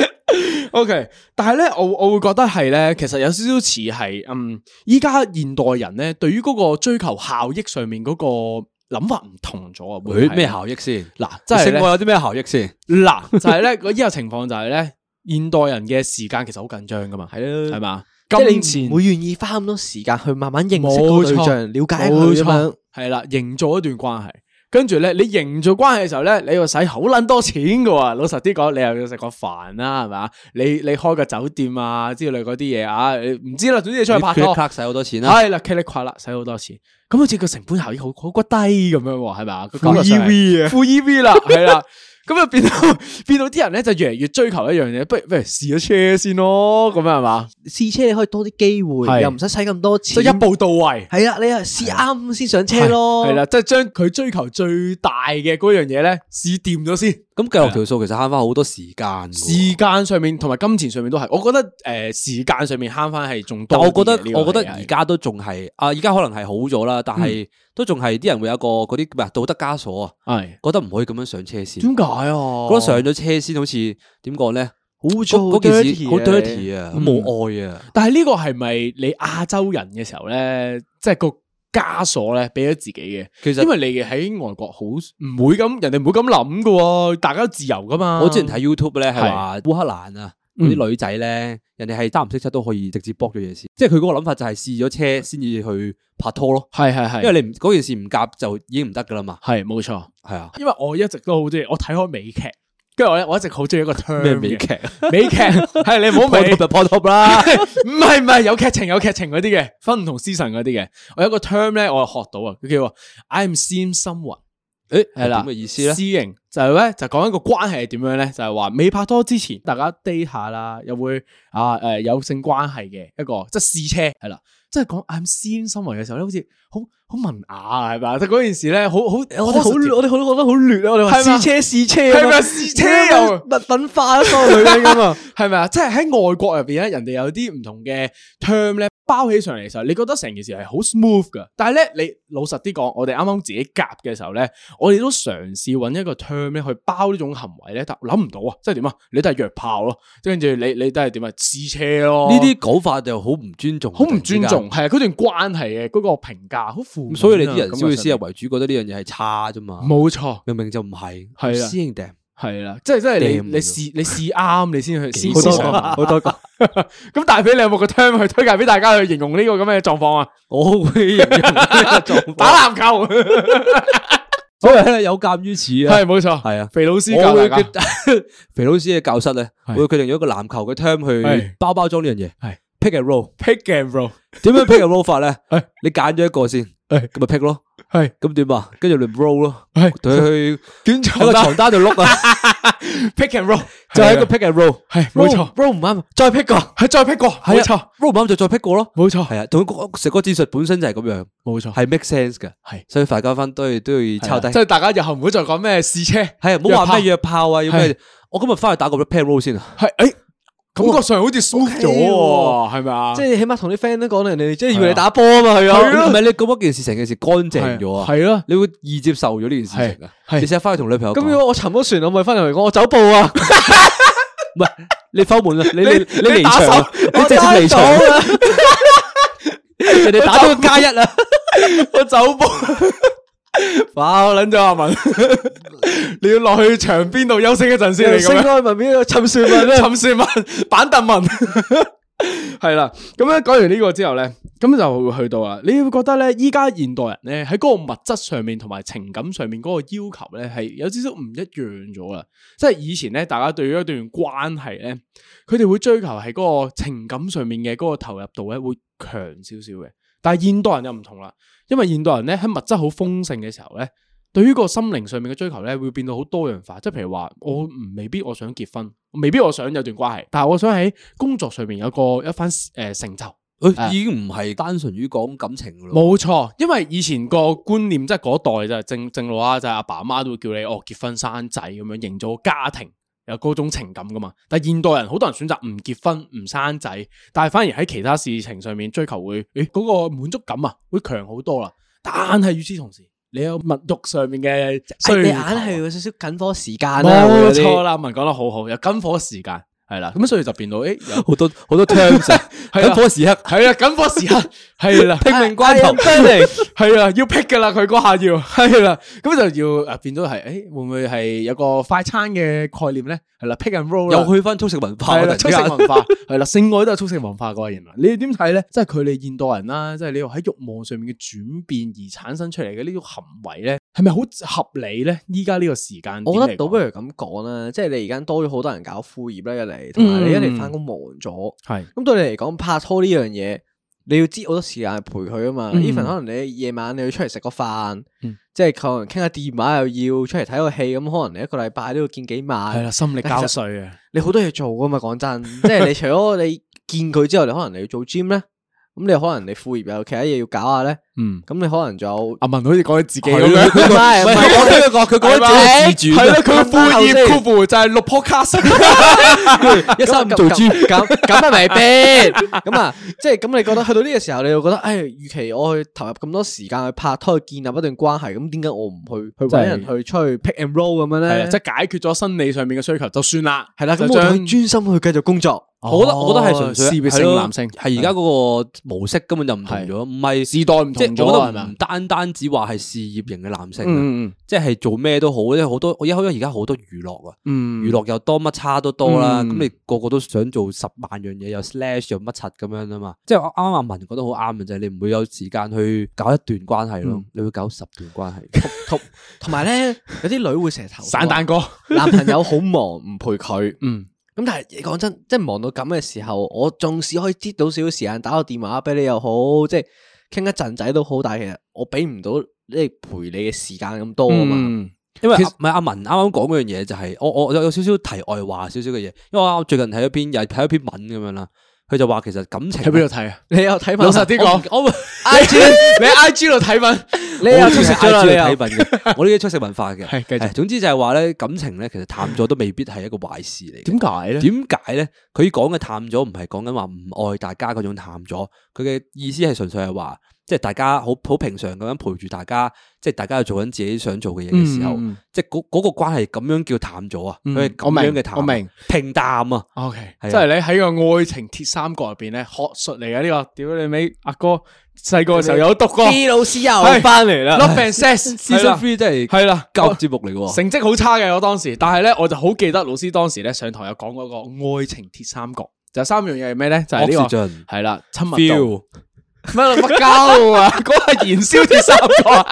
[SPEAKER 3] ！OK，但係咧，我我會覺得係咧，其實有少少似係，嗯，依家現代人咧，對於嗰個追求效益上面嗰個諗法唔同咗啊，會唔會係
[SPEAKER 2] 咩效益先？
[SPEAKER 3] 嗱，真係
[SPEAKER 2] 性愛
[SPEAKER 3] 咧，
[SPEAKER 2] 有啲咩效益先？
[SPEAKER 3] 嗱，就係咧，依個情況就係咧，現代人嘅時間其實好緊張噶嘛，
[SPEAKER 1] 係咯
[SPEAKER 3] 係嘛？
[SPEAKER 1] 即係
[SPEAKER 3] 金
[SPEAKER 1] 你
[SPEAKER 3] 錢
[SPEAKER 1] 唔會願意花咁多時間去慢慢認識
[SPEAKER 3] 冇
[SPEAKER 1] 個對
[SPEAKER 3] 錯，
[SPEAKER 1] 象，了解
[SPEAKER 3] 冇
[SPEAKER 1] 佢咁樣
[SPEAKER 3] 錯，。系啦，營造一段關係，跟住咧，你營造關係嘅時候咧，你要使好撚多錢嘅喎。老實啲講，你又要食個飯啦，係嘛？你你開個酒店啊之類嗰啲嘢啊，你唔知啦。總之你出去拍拖，
[SPEAKER 2] 卡使好多錢啦。
[SPEAKER 3] 係啦，噼里啪啦，使好多錢。咁好似個成本效益好好骨低咁樣喎，係咪啊？負
[SPEAKER 1] EV 啊
[SPEAKER 3] 負 EV 啦，係啦。咁啊就變到 <laughs> 變到啲人咧就越嚟越追求一樣嘢，不如不如試咗車先咯，咁樣係嘛？
[SPEAKER 1] 試車你可以多啲機
[SPEAKER 3] 係
[SPEAKER 1] 會，又唔使使咁多
[SPEAKER 3] 即
[SPEAKER 1] 錢。
[SPEAKER 3] 係一步到位。
[SPEAKER 1] 係啦，你啊試啱先上車咯。
[SPEAKER 3] 系啦，即系将佢追求最大嘅嗰样嘢咧，試掂咗先。
[SPEAKER 2] 咁計落條數其實慳翻好多時間㗎喎。
[SPEAKER 3] 時間上面同埋金錢上面都係，我覺得诶、呃、时间上面慳翻係仲多
[SPEAKER 2] 但
[SPEAKER 3] 啲嘅。
[SPEAKER 2] 我覺得
[SPEAKER 3] 呢個係
[SPEAKER 2] 我覺得而家都仲係啊，而家可能係好咗啦，但
[SPEAKER 3] 嗯
[SPEAKER 2] 係都仲係啲人會有一個嗰啲咩啊道德枷鎖啊，
[SPEAKER 3] 係
[SPEAKER 2] 覺得唔可以咁樣上車先。
[SPEAKER 3] 點解啊？
[SPEAKER 2] 覺得上咗車先好似點講咧？
[SPEAKER 1] 好
[SPEAKER 2] 嗰嗰
[SPEAKER 1] 做
[SPEAKER 2] 件事好 dirty
[SPEAKER 3] 嗯
[SPEAKER 2] 啊，好冇愛啊。
[SPEAKER 3] 但係呢個係咪你亞洲人嘅時候咧，即係個枷鎖咧俾咗自己嘅？
[SPEAKER 2] 其實
[SPEAKER 3] 因為你喺外國好唔會咁，人哋唔會咁諗噶喎，大家都自由噶嘛。
[SPEAKER 2] 我之前睇 YouTube 咧係
[SPEAKER 3] 係
[SPEAKER 2] 話烏克蘭啊。嗰啲女仔咧，人哋係三唔識七都可以直接搏咗嘢先，即係佢嗰個諗法就係試咗車先至去拍拖咯，
[SPEAKER 3] 係係係，
[SPEAKER 2] 因為你唔嗰件事唔夾就已經唔得噶啦嘛，
[SPEAKER 3] 係冇錯，
[SPEAKER 2] 係啊，
[SPEAKER 3] 因為我一直都好中意，我睇開美劇，跟住我咧我一直好中意一個 term
[SPEAKER 2] 咩美
[SPEAKER 3] 嘅
[SPEAKER 2] 劇啊
[SPEAKER 3] 美
[SPEAKER 2] <laughs>
[SPEAKER 3] 劇係你唔好美
[SPEAKER 2] Pornhub 就 Pornhub 啦，
[SPEAKER 3] 唔係唔係有劇情有劇情嗰啲嘅，分唔同 season 嗰啲嘅。我有一個 term 咧，我學到啊，佢叫做 I'm seeing someone，
[SPEAKER 2] 誒
[SPEAKER 3] 係啦，
[SPEAKER 2] 咁嘅意思咧，
[SPEAKER 3] 私刑就係咧，就講一個關係係點樣咧，就係話未拍拖之前，大家 date 下啦，又會啊誒、呃有性關係嘅一個，即係試車係啦。即係講 I'm seeing someone 嘅時候咧，好似好好文雅啊，係嘛？即係嗰件事咧，好好
[SPEAKER 1] 我哋好我哋好覺得好劣啊！我哋話
[SPEAKER 3] 係嘛
[SPEAKER 1] 試車試車
[SPEAKER 3] 係咪
[SPEAKER 1] 啊嘛，
[SPEAKER 3] 試車又
[SPEAKER 1] 物品化咗所有女仔咁
[SPEAKER 3] <laughs>
[SPEAKER 1] 啊！
[SPEAKER 3] 系咪啊？即係喺外國入边咧，人哋有啲唔同嘅 term 咧包起上嚟嘅時候，你覺得成件事係好 smooth 噶。但係咧，你老實啲講，我哋啱啱自己夾嘅時候咧，我哋都嘗試揾一個 term 咧去包呢種行為咧，但諗唔到啊！即係點啊？你都係約炮咯，跟住你你都係點啊？試車咯，
[SPEAKER 2] 呢啲講法就好唔尊重，
[SPEAKER 3] 好唔尊重，。係啊！嗰段關係嘅嗰個評價好負面啊，
[SPEAKER 2] 咁所以你啲人先
[SPEAKER 3] 咁
[SPEAKER 2] 會
[SPEAKER 3] 嘅
[SPEAKER 2] 先入
[SPEAKER 3] 上
[SPEAKER 2] 為主，覺得呢樣嘢係差啫嘛
[SPEAKER 3] 面。冇錯，
[SPEAKER 2] 明明就唔係，
[SPEAKER 3] 係啊
[SPEAKER 2] 私兄弟
[SPEAKER 3] 係啦，即係即係你
[SPEAKER 2] 掟
[SPEAKER 3] 你試你試啱你先去先
[SPEAKER 1] 好
[SPEAKER 3] 先
[SPEAKER 1] 多
[SPEAKER 3] 上
[SPEAKER 1] 個
[SPEAKER 3] 馬
[SPEAKER 1] 好多個，
[SPEAKER 3] <laughs> 咁大肥，你有冇個 term 去推介俾大家去形容呢個咁嘅狀況啊？
[SPEAKER 2] 我會形容呢個
[SPEAKER 3] <laughs>
[SPEAKER 2] 狀況。
[SPEAKER 3] 打籃
[SPEAKER 2] <laughs>
[SPEAKER 3] 球
[SPEAKER 2] 所以咧有鑑於此啊，
[SPEAKER 3] 係冇錯，
[SPEAKER 2] 係啊，
[SPEAKER 3] 肥老師
[SPEAKER 2] 我
[SPEAKER 3] 教
[SPEAKER 2] 會
[SPEAKER 3] 大家
[SPEAKER 2] 決 <laughs> 肥老師嘅教室咧，
[SPEAKER 3] 係
[SPEAKER 2] 會決定咗一個籃球嘅 term 去
[SPEAKER 3] 係
[SPEAKER 2] 包包裝呢樣嘢。
[SPEAKER 3] 係
[SPEAKER 2] pick and roll，
[SPEAKER 3] pick and roll，
[SPEAKER 2] 點樣 pick and roll 法咧
[SPEAKER 3] 係？
[SPEAKER 2] 你揀咗一個先，
[SPEAKER 3] 係
[SPEAKER 2] 咁咪 pick 咯。
[SPEAKER 3] 係
[SPEAKER 2] 咁點啊？跟住你 roll 咯，
[SPEAKER 3] 係
[SPEAKER 2] 佢
[SPEAKER 3] <laughs>
[SPEAKER 2] 去
[SPEAKER 3] 卷
[SPEAKER 2] 喺個床單度碌啊，
[SPEAKER 3] pick and roll，
[SPEAKER 2] 就係一個 pick and roll。
[SPEAKER 3] 係啊冇錯，
[SPEAKER 2] roll 唔啱，再 pick 個，
[SPEAKER 3] 係再 pick 過，冇
[SPEAKER 2] 係
[SPEAKER 3] 錯
[SPEAKER 2] 啊，roll 唔啱就再 pick 個咯。
[SPEAKER 3] 冇錯
[SPEAKER 2] 系啊，同佢食嗰戰術本身就係咁樣，
[SPEAKER 3] 冇錯，
[SPEAKER 2] 係 make sense 嘅，
[SPEAKER 3] 係
[SPEAKER 2] 所以大家翻都要都要抄低，
[SPEAKER 3] 即係大家日後唔好再講咩試車，
[SPEAKER 2] 係啊，唔好話咩約炮啊，要咩？我今日翻去打個 pair roll 先啊，
[SPEAKER 3] 係誒感覺上好似 smooth 咗
[SPEAKER 1] OK 喎
[SPEAKER 3] 喎，係咪啊？
[SPEAKER 1] 即系起码同啲 friend 都讲人哋，即系以为你打波啊嘛，佢啊，
[SPEAKER 2] 唔係你咁一件事，成件事乾淨咗啊，
[SPEAKER 3] 係咯，
[SPEAKER 2] 你會易接受咗呢件事情啊。
[SPEAKER 3] 係係
[SPEAKER 2] 你成日翻去同女朋友
[SPEAKER 1] 咁
[SPEAKER 2] 講
[SPEAKER 1] 如果我沉咗船，我咪翻嚟講我走步啊，
[SPEAKER 2] 唔係你收門啊啦，你你你離
[SPEAKER 1] 打
[SPEAKER 2] 場
[SPEAKER 1] 手
[SPEAKER 2] 啊，，你直接離場啊，
[SPEAKER 1] 啦，
[SPEAKER 2] 人哋打到加一啦。
[SPEAKER 1] 我走
[SPEAKER 3] <laughs>
[SPEAKER 1] 步。爆捻咗阿文，
[SPEAKER 3] 你要落去場邊度休息一陣先，你咁
[SPEAKER 1] 升
[SPEAKER 3] 樣
[SPEAKER 1] 開文邊度沉船啊文啦，
[SPEAKER 3] <laughs> 沉船文、板凳文， <laughs> 係啦。咁咧講完呢個之後咧，咁就會去到啦。你會覺得咧，依家現代人咧喺嗰個物質上面同埋情感上面嗰個要求咧，係有少少唔一樣咗啦。即係以前咧，大家對於一段關係咧，佢哋會追求係嗰個情感上面嘅嗰個投入度咧，會強少少嘅。但係現代人又唔同啦，因為現代人咧喺物質好豐盛嘅時候咧。對於個心靈上面嘅追求咧，會變到好多元化。即係譬如話，我唔未必我想結婚，未必我想有段關係，但係我想喺工作上面有個一番誒、呃成就。
[SPEAKER 2] 佢哎已經唔係單純於講感情噶咯，
[SPEAKER 3] 冇錯，因為以前個觀念即係嗰代就係正正路啦，就係阿爸阿媽都會叫你哦結婚生仔咁樣，營造個家庭有嗰種情感噶嘛。但係現代人好多人選擇唔結婚唔生仔，但係反而喺其他事情上面追求會，誒嗰、個滿足感啊會強好多啦。但係與此同時，你有物欲上面嘅需
[SPEAKER 1] <laughs> 你
[SPEAKER 3] 求
[SPEAKER 1] 硬
[SPEAKER 3] 啊。
[SPEAKER 1] 係有少少緊火時間啦，啊
[SPEAKER 3] 冇錯
[SPEAKER 1] 錯啦，
[SPEAKER 3] 啦，文講得好好，有緊火時間係啦，咁所以就變到誒， <laughs> 有
[SPEAKER 2] 好多好
[SPEAKER 1] <laughs>
[SPEAKER 2] 多 terms 啊
[SPEAKER 3] 係啊
[SPEAKER 2] 緊火時刻，
[SPEAKER 3] 係啦，緊火時刻係啦，
[SPEAKER 2] 拼命
[SPEAKER 1] 啊
[SPEAKER 2] 關頭，
[SPEAKER 3] <laughs> 係啦，要 pick 噶啦，佢嗰下要係啦，咁就要誒啊變咗係誒，會唔會係有個快餐嘅概念咧？係啦，pick and roll 啦
[SPEAKER 2] 又去翻速食文化
[SPEAKER 3] 係啦，
[SPEAKER 2] 啦，
[SPEAKER 3] 速
[SPEAKER 2] 速
[SPEAKER 3] 食
[SPEAKER 2] 食
[SPEAKER 3] 文化係啦，性愛都係速食文化嗰個人啦。你哋點睇咧？即係佢哋現代人啊啦，即係你話喺欲望上面嘅轉變而產生出嚟嘅呢種行為咧，係咪好合理咧？依家呢個時間點嚟講，
[SPEAKER 1] 我覺得倒不如咁講啦，即係你而家多咗好多人搞副業啦，一嚟同埋你一嚟翻工忙咗，
[SPEAKER 3] 係
[SPEAKER 1] 咁對你嚟講拍拖呢樣嘢，你要知好多時間係陪佢啊嘛。
[SPEAKER 3] 嗯
[SPEAKER 1] even 可能你夜晚你要出嚟食個飯，
[SPEAKER 3] 嗯
[SPEAKER 1] 即係可能傾下電話又要出嚟睇個戲，咁可能你一個禮拜都要見幾
[SPEAKER 3] 係
[SPEAKER 1] 晚
[SPEAKER 3] 啦，。心力
[SPEAKER 1] 但
[SPEAKER 3] 交
[SPEAKER 1] 其實
[SPEAKER 3] 瘁啊！
[SPEAKER 1] 你好多嘢做噶嘛，講真，即係你除咗你見佢之後，你可能你要做 gym 咧，咁你可能你副業有其他嘢要搞下咧，
[SPEAKER 3] 嗯，
[SPEAKER 1] 咁你可能仲有。
[SPEAKER 3] 阿文好似講緊自己
[SPEAKER 1] 係
[SPEAKER 3] 咁樣。
[SPEAKER 1] 唔係唔
[SPEAKER 2] 唔係
[SPEAKER 1] 係
[SPEAKER 2] 我聽佢講，佢講咗自主
[SPEAKER 3] 啊係咯，
[SPEAKER 1] 嘅
[SPEAKER 3] 佢嘅
[SPEAKER 1] 副
[SPEAKER 3] 副
[SPEAKER 1] 業
[SPEAKER 3] 業酷酷就係錄 podcast，
[SPEAKER 1] 一生做豬，啊咁咁係咪必？咁啊，即係咁，你覺得去到呢個時候，你就覺得，唉，與其我去投入咁多時間去拍拖、去建立一段關係，咁點解我唔去去揾人去出去 pick and roll 咁樣咧？
[SPEAKER 3] 即係解決咗生理上面嘅需求就算啦。
[SPEAKER 1] 係啦，咁
[SPEAKER 3] 就
[SPEAKER 1] 我就
[SPEAKER 3] 將
[SPEAKER 1] 去專心去繼續工作。
[SPEAKER 2] 我覺得我覺得係純粹
[SPEAKER 3] 哦事業
[SPEAKER 2] 係
[SPEAKER 3] 性
[SPEAKER 2] 咯
[SPEAKER 3] 男性
[SPEAKER 2] 係而家嗰個模式根本就唔同咗，唔係
[SPEAKER 3] 時代唔
[SPEAKER 2] 即
[SPEAKER 3] 同
[SPEAKER 2] 係
[SPEAKER 3] 咗
[SPEAKER 2] 我
[SPEAKER 3] 啊係咪
[SPEAKER 2] 覺得
[SPEAKER 3] 啊
[SPEAKER 2] 唔單單只話係事業型嘅男性啊，
[SPEAKER 3] 嗯
[SPEAKER 2] 即係做咩都好，因為好多我因為而家好多娛樂啊。
[SPEAKER 3] 嗯
[SPEAKER 2] 娛樂又多，乜叉都多啦。
[SPEAKER 3] 嗯
[SPEAKER 2] 咁你個個都想做十萬樣嘢，又 slash 又乜柒咁樣啊嘛。即係我啱啱阿文講得好啱嘅就係你唔會有時間去搞一段關係咯
[SPEAKER 3] 嗯，
[SPEAKER 2] 你會搞十段關係。
[SPEAKER 1] 同同埋咧，有啲女會成日投訴
[SPEAKER 3] 散彈哥，
[SPEAKER 1] 男朋友好忙唔陪佢。咁
[SPEAKER 3] 嗯
[SPEAKER 1] 但係講真，即係忙到咁嘅時候，我縱使可以擠到少少時間打個電話俾你又好，即係傾一陣仔都好，但係其實我俾唔到你陪你嘅時間咁多啊嘛。
[SPEAKER 3] 嗯
[SPEAKER 2] 因為
[SPEAKER 3] 其
[SPEAKER 2] 阿唔係阿文啱啱講嗰樣嘢就係、我我有有少少題外話少少嘅嘢，因為我最近睇一篇又係睇一篇文咁樣啦，佢就話其實感情
[SPEAKER 3] 喺邊度睇啊？
[SPEAKER 1] 你有睇
[SPEAKER 3] 老實啲講，
[SPEAKER 2] 我唔
[SPEAKER 1] I G，
[SPEAKER 3] 你喺 IG 度睇文，
[SPEAKER 1] 你又出
[SPEAKER 2] 出
[SPEAKER 1] 食咗啦，你
[SPEAKER 2] 睇
[SPEAKER 1] 又
[SPEAKER 2] 文嘅，
[SPEAKER 3] <laughs>
[SPEAKER 2] 我呢啲出食文化嘅，
[SPEAKER 3] 係繼續
[SPEAKER 2] 係總之就係話咧感情咧其實淡咗都未必係一個壞事嚟嘅。
[SPEAKER 3] 點解咧？
[SPEAKER 2] 點解咧？佢講嘅淡咗唔係講緊話唔愛大家嗰種淡咗，佢嘅意思係純粹係話，即係大家好好平常咁樣陪住大家，即係大家做緊自己想做嘅嘢嘅時
[SPEAKER 3] 嗯
[SPEAKER 2] 候，
[SPEAKER 3] 嗯嗯
[SPEAKER 2] 即係嗰嗰個關係咁樣叫淡咗啊！
[SPEAKER 3] 嗯
[SPEAKER 2] 佢係咁樣嘅淡，
[SPEAKER 3] 我明我明
[SPEAKER 2] 平淡啊！
[SPEAKER 3] OK，
[SPEAKER 2] 係啊
[SPEAKER 3] 即係你喺個愛情鐵三角入邊咧，學術嚟嘅呢個，屌你尾阿哥細個嘅時候有讀過
[SPEAKER 1] B 老師又
[SPEAKER 3] 係
[SPEAKER 1] 翻嚟啦，
[SPEAKER 3] Love and <laughs> Sex
[SPEAKER 2] Season Three 真係
[SPEAKER 3] 係啊啦，
[SPEAKER 2] 教育節目嚟嘅喎，
[SPEAKER 3] 成績好差嘅我當時，但係咧我就好記得老師當時咧上堂有講嗰個愛情鐵三角，就三樣嘢係咩咧？就係呢
[SPEAKER 2] Oxygen
[SPEAKER 3] 個係啦，親密度
[SPEAKER 2] feel
[SPEAKER 3] 乜乜鳩 <laughs> 啊！嗰係燃燒鐵三角，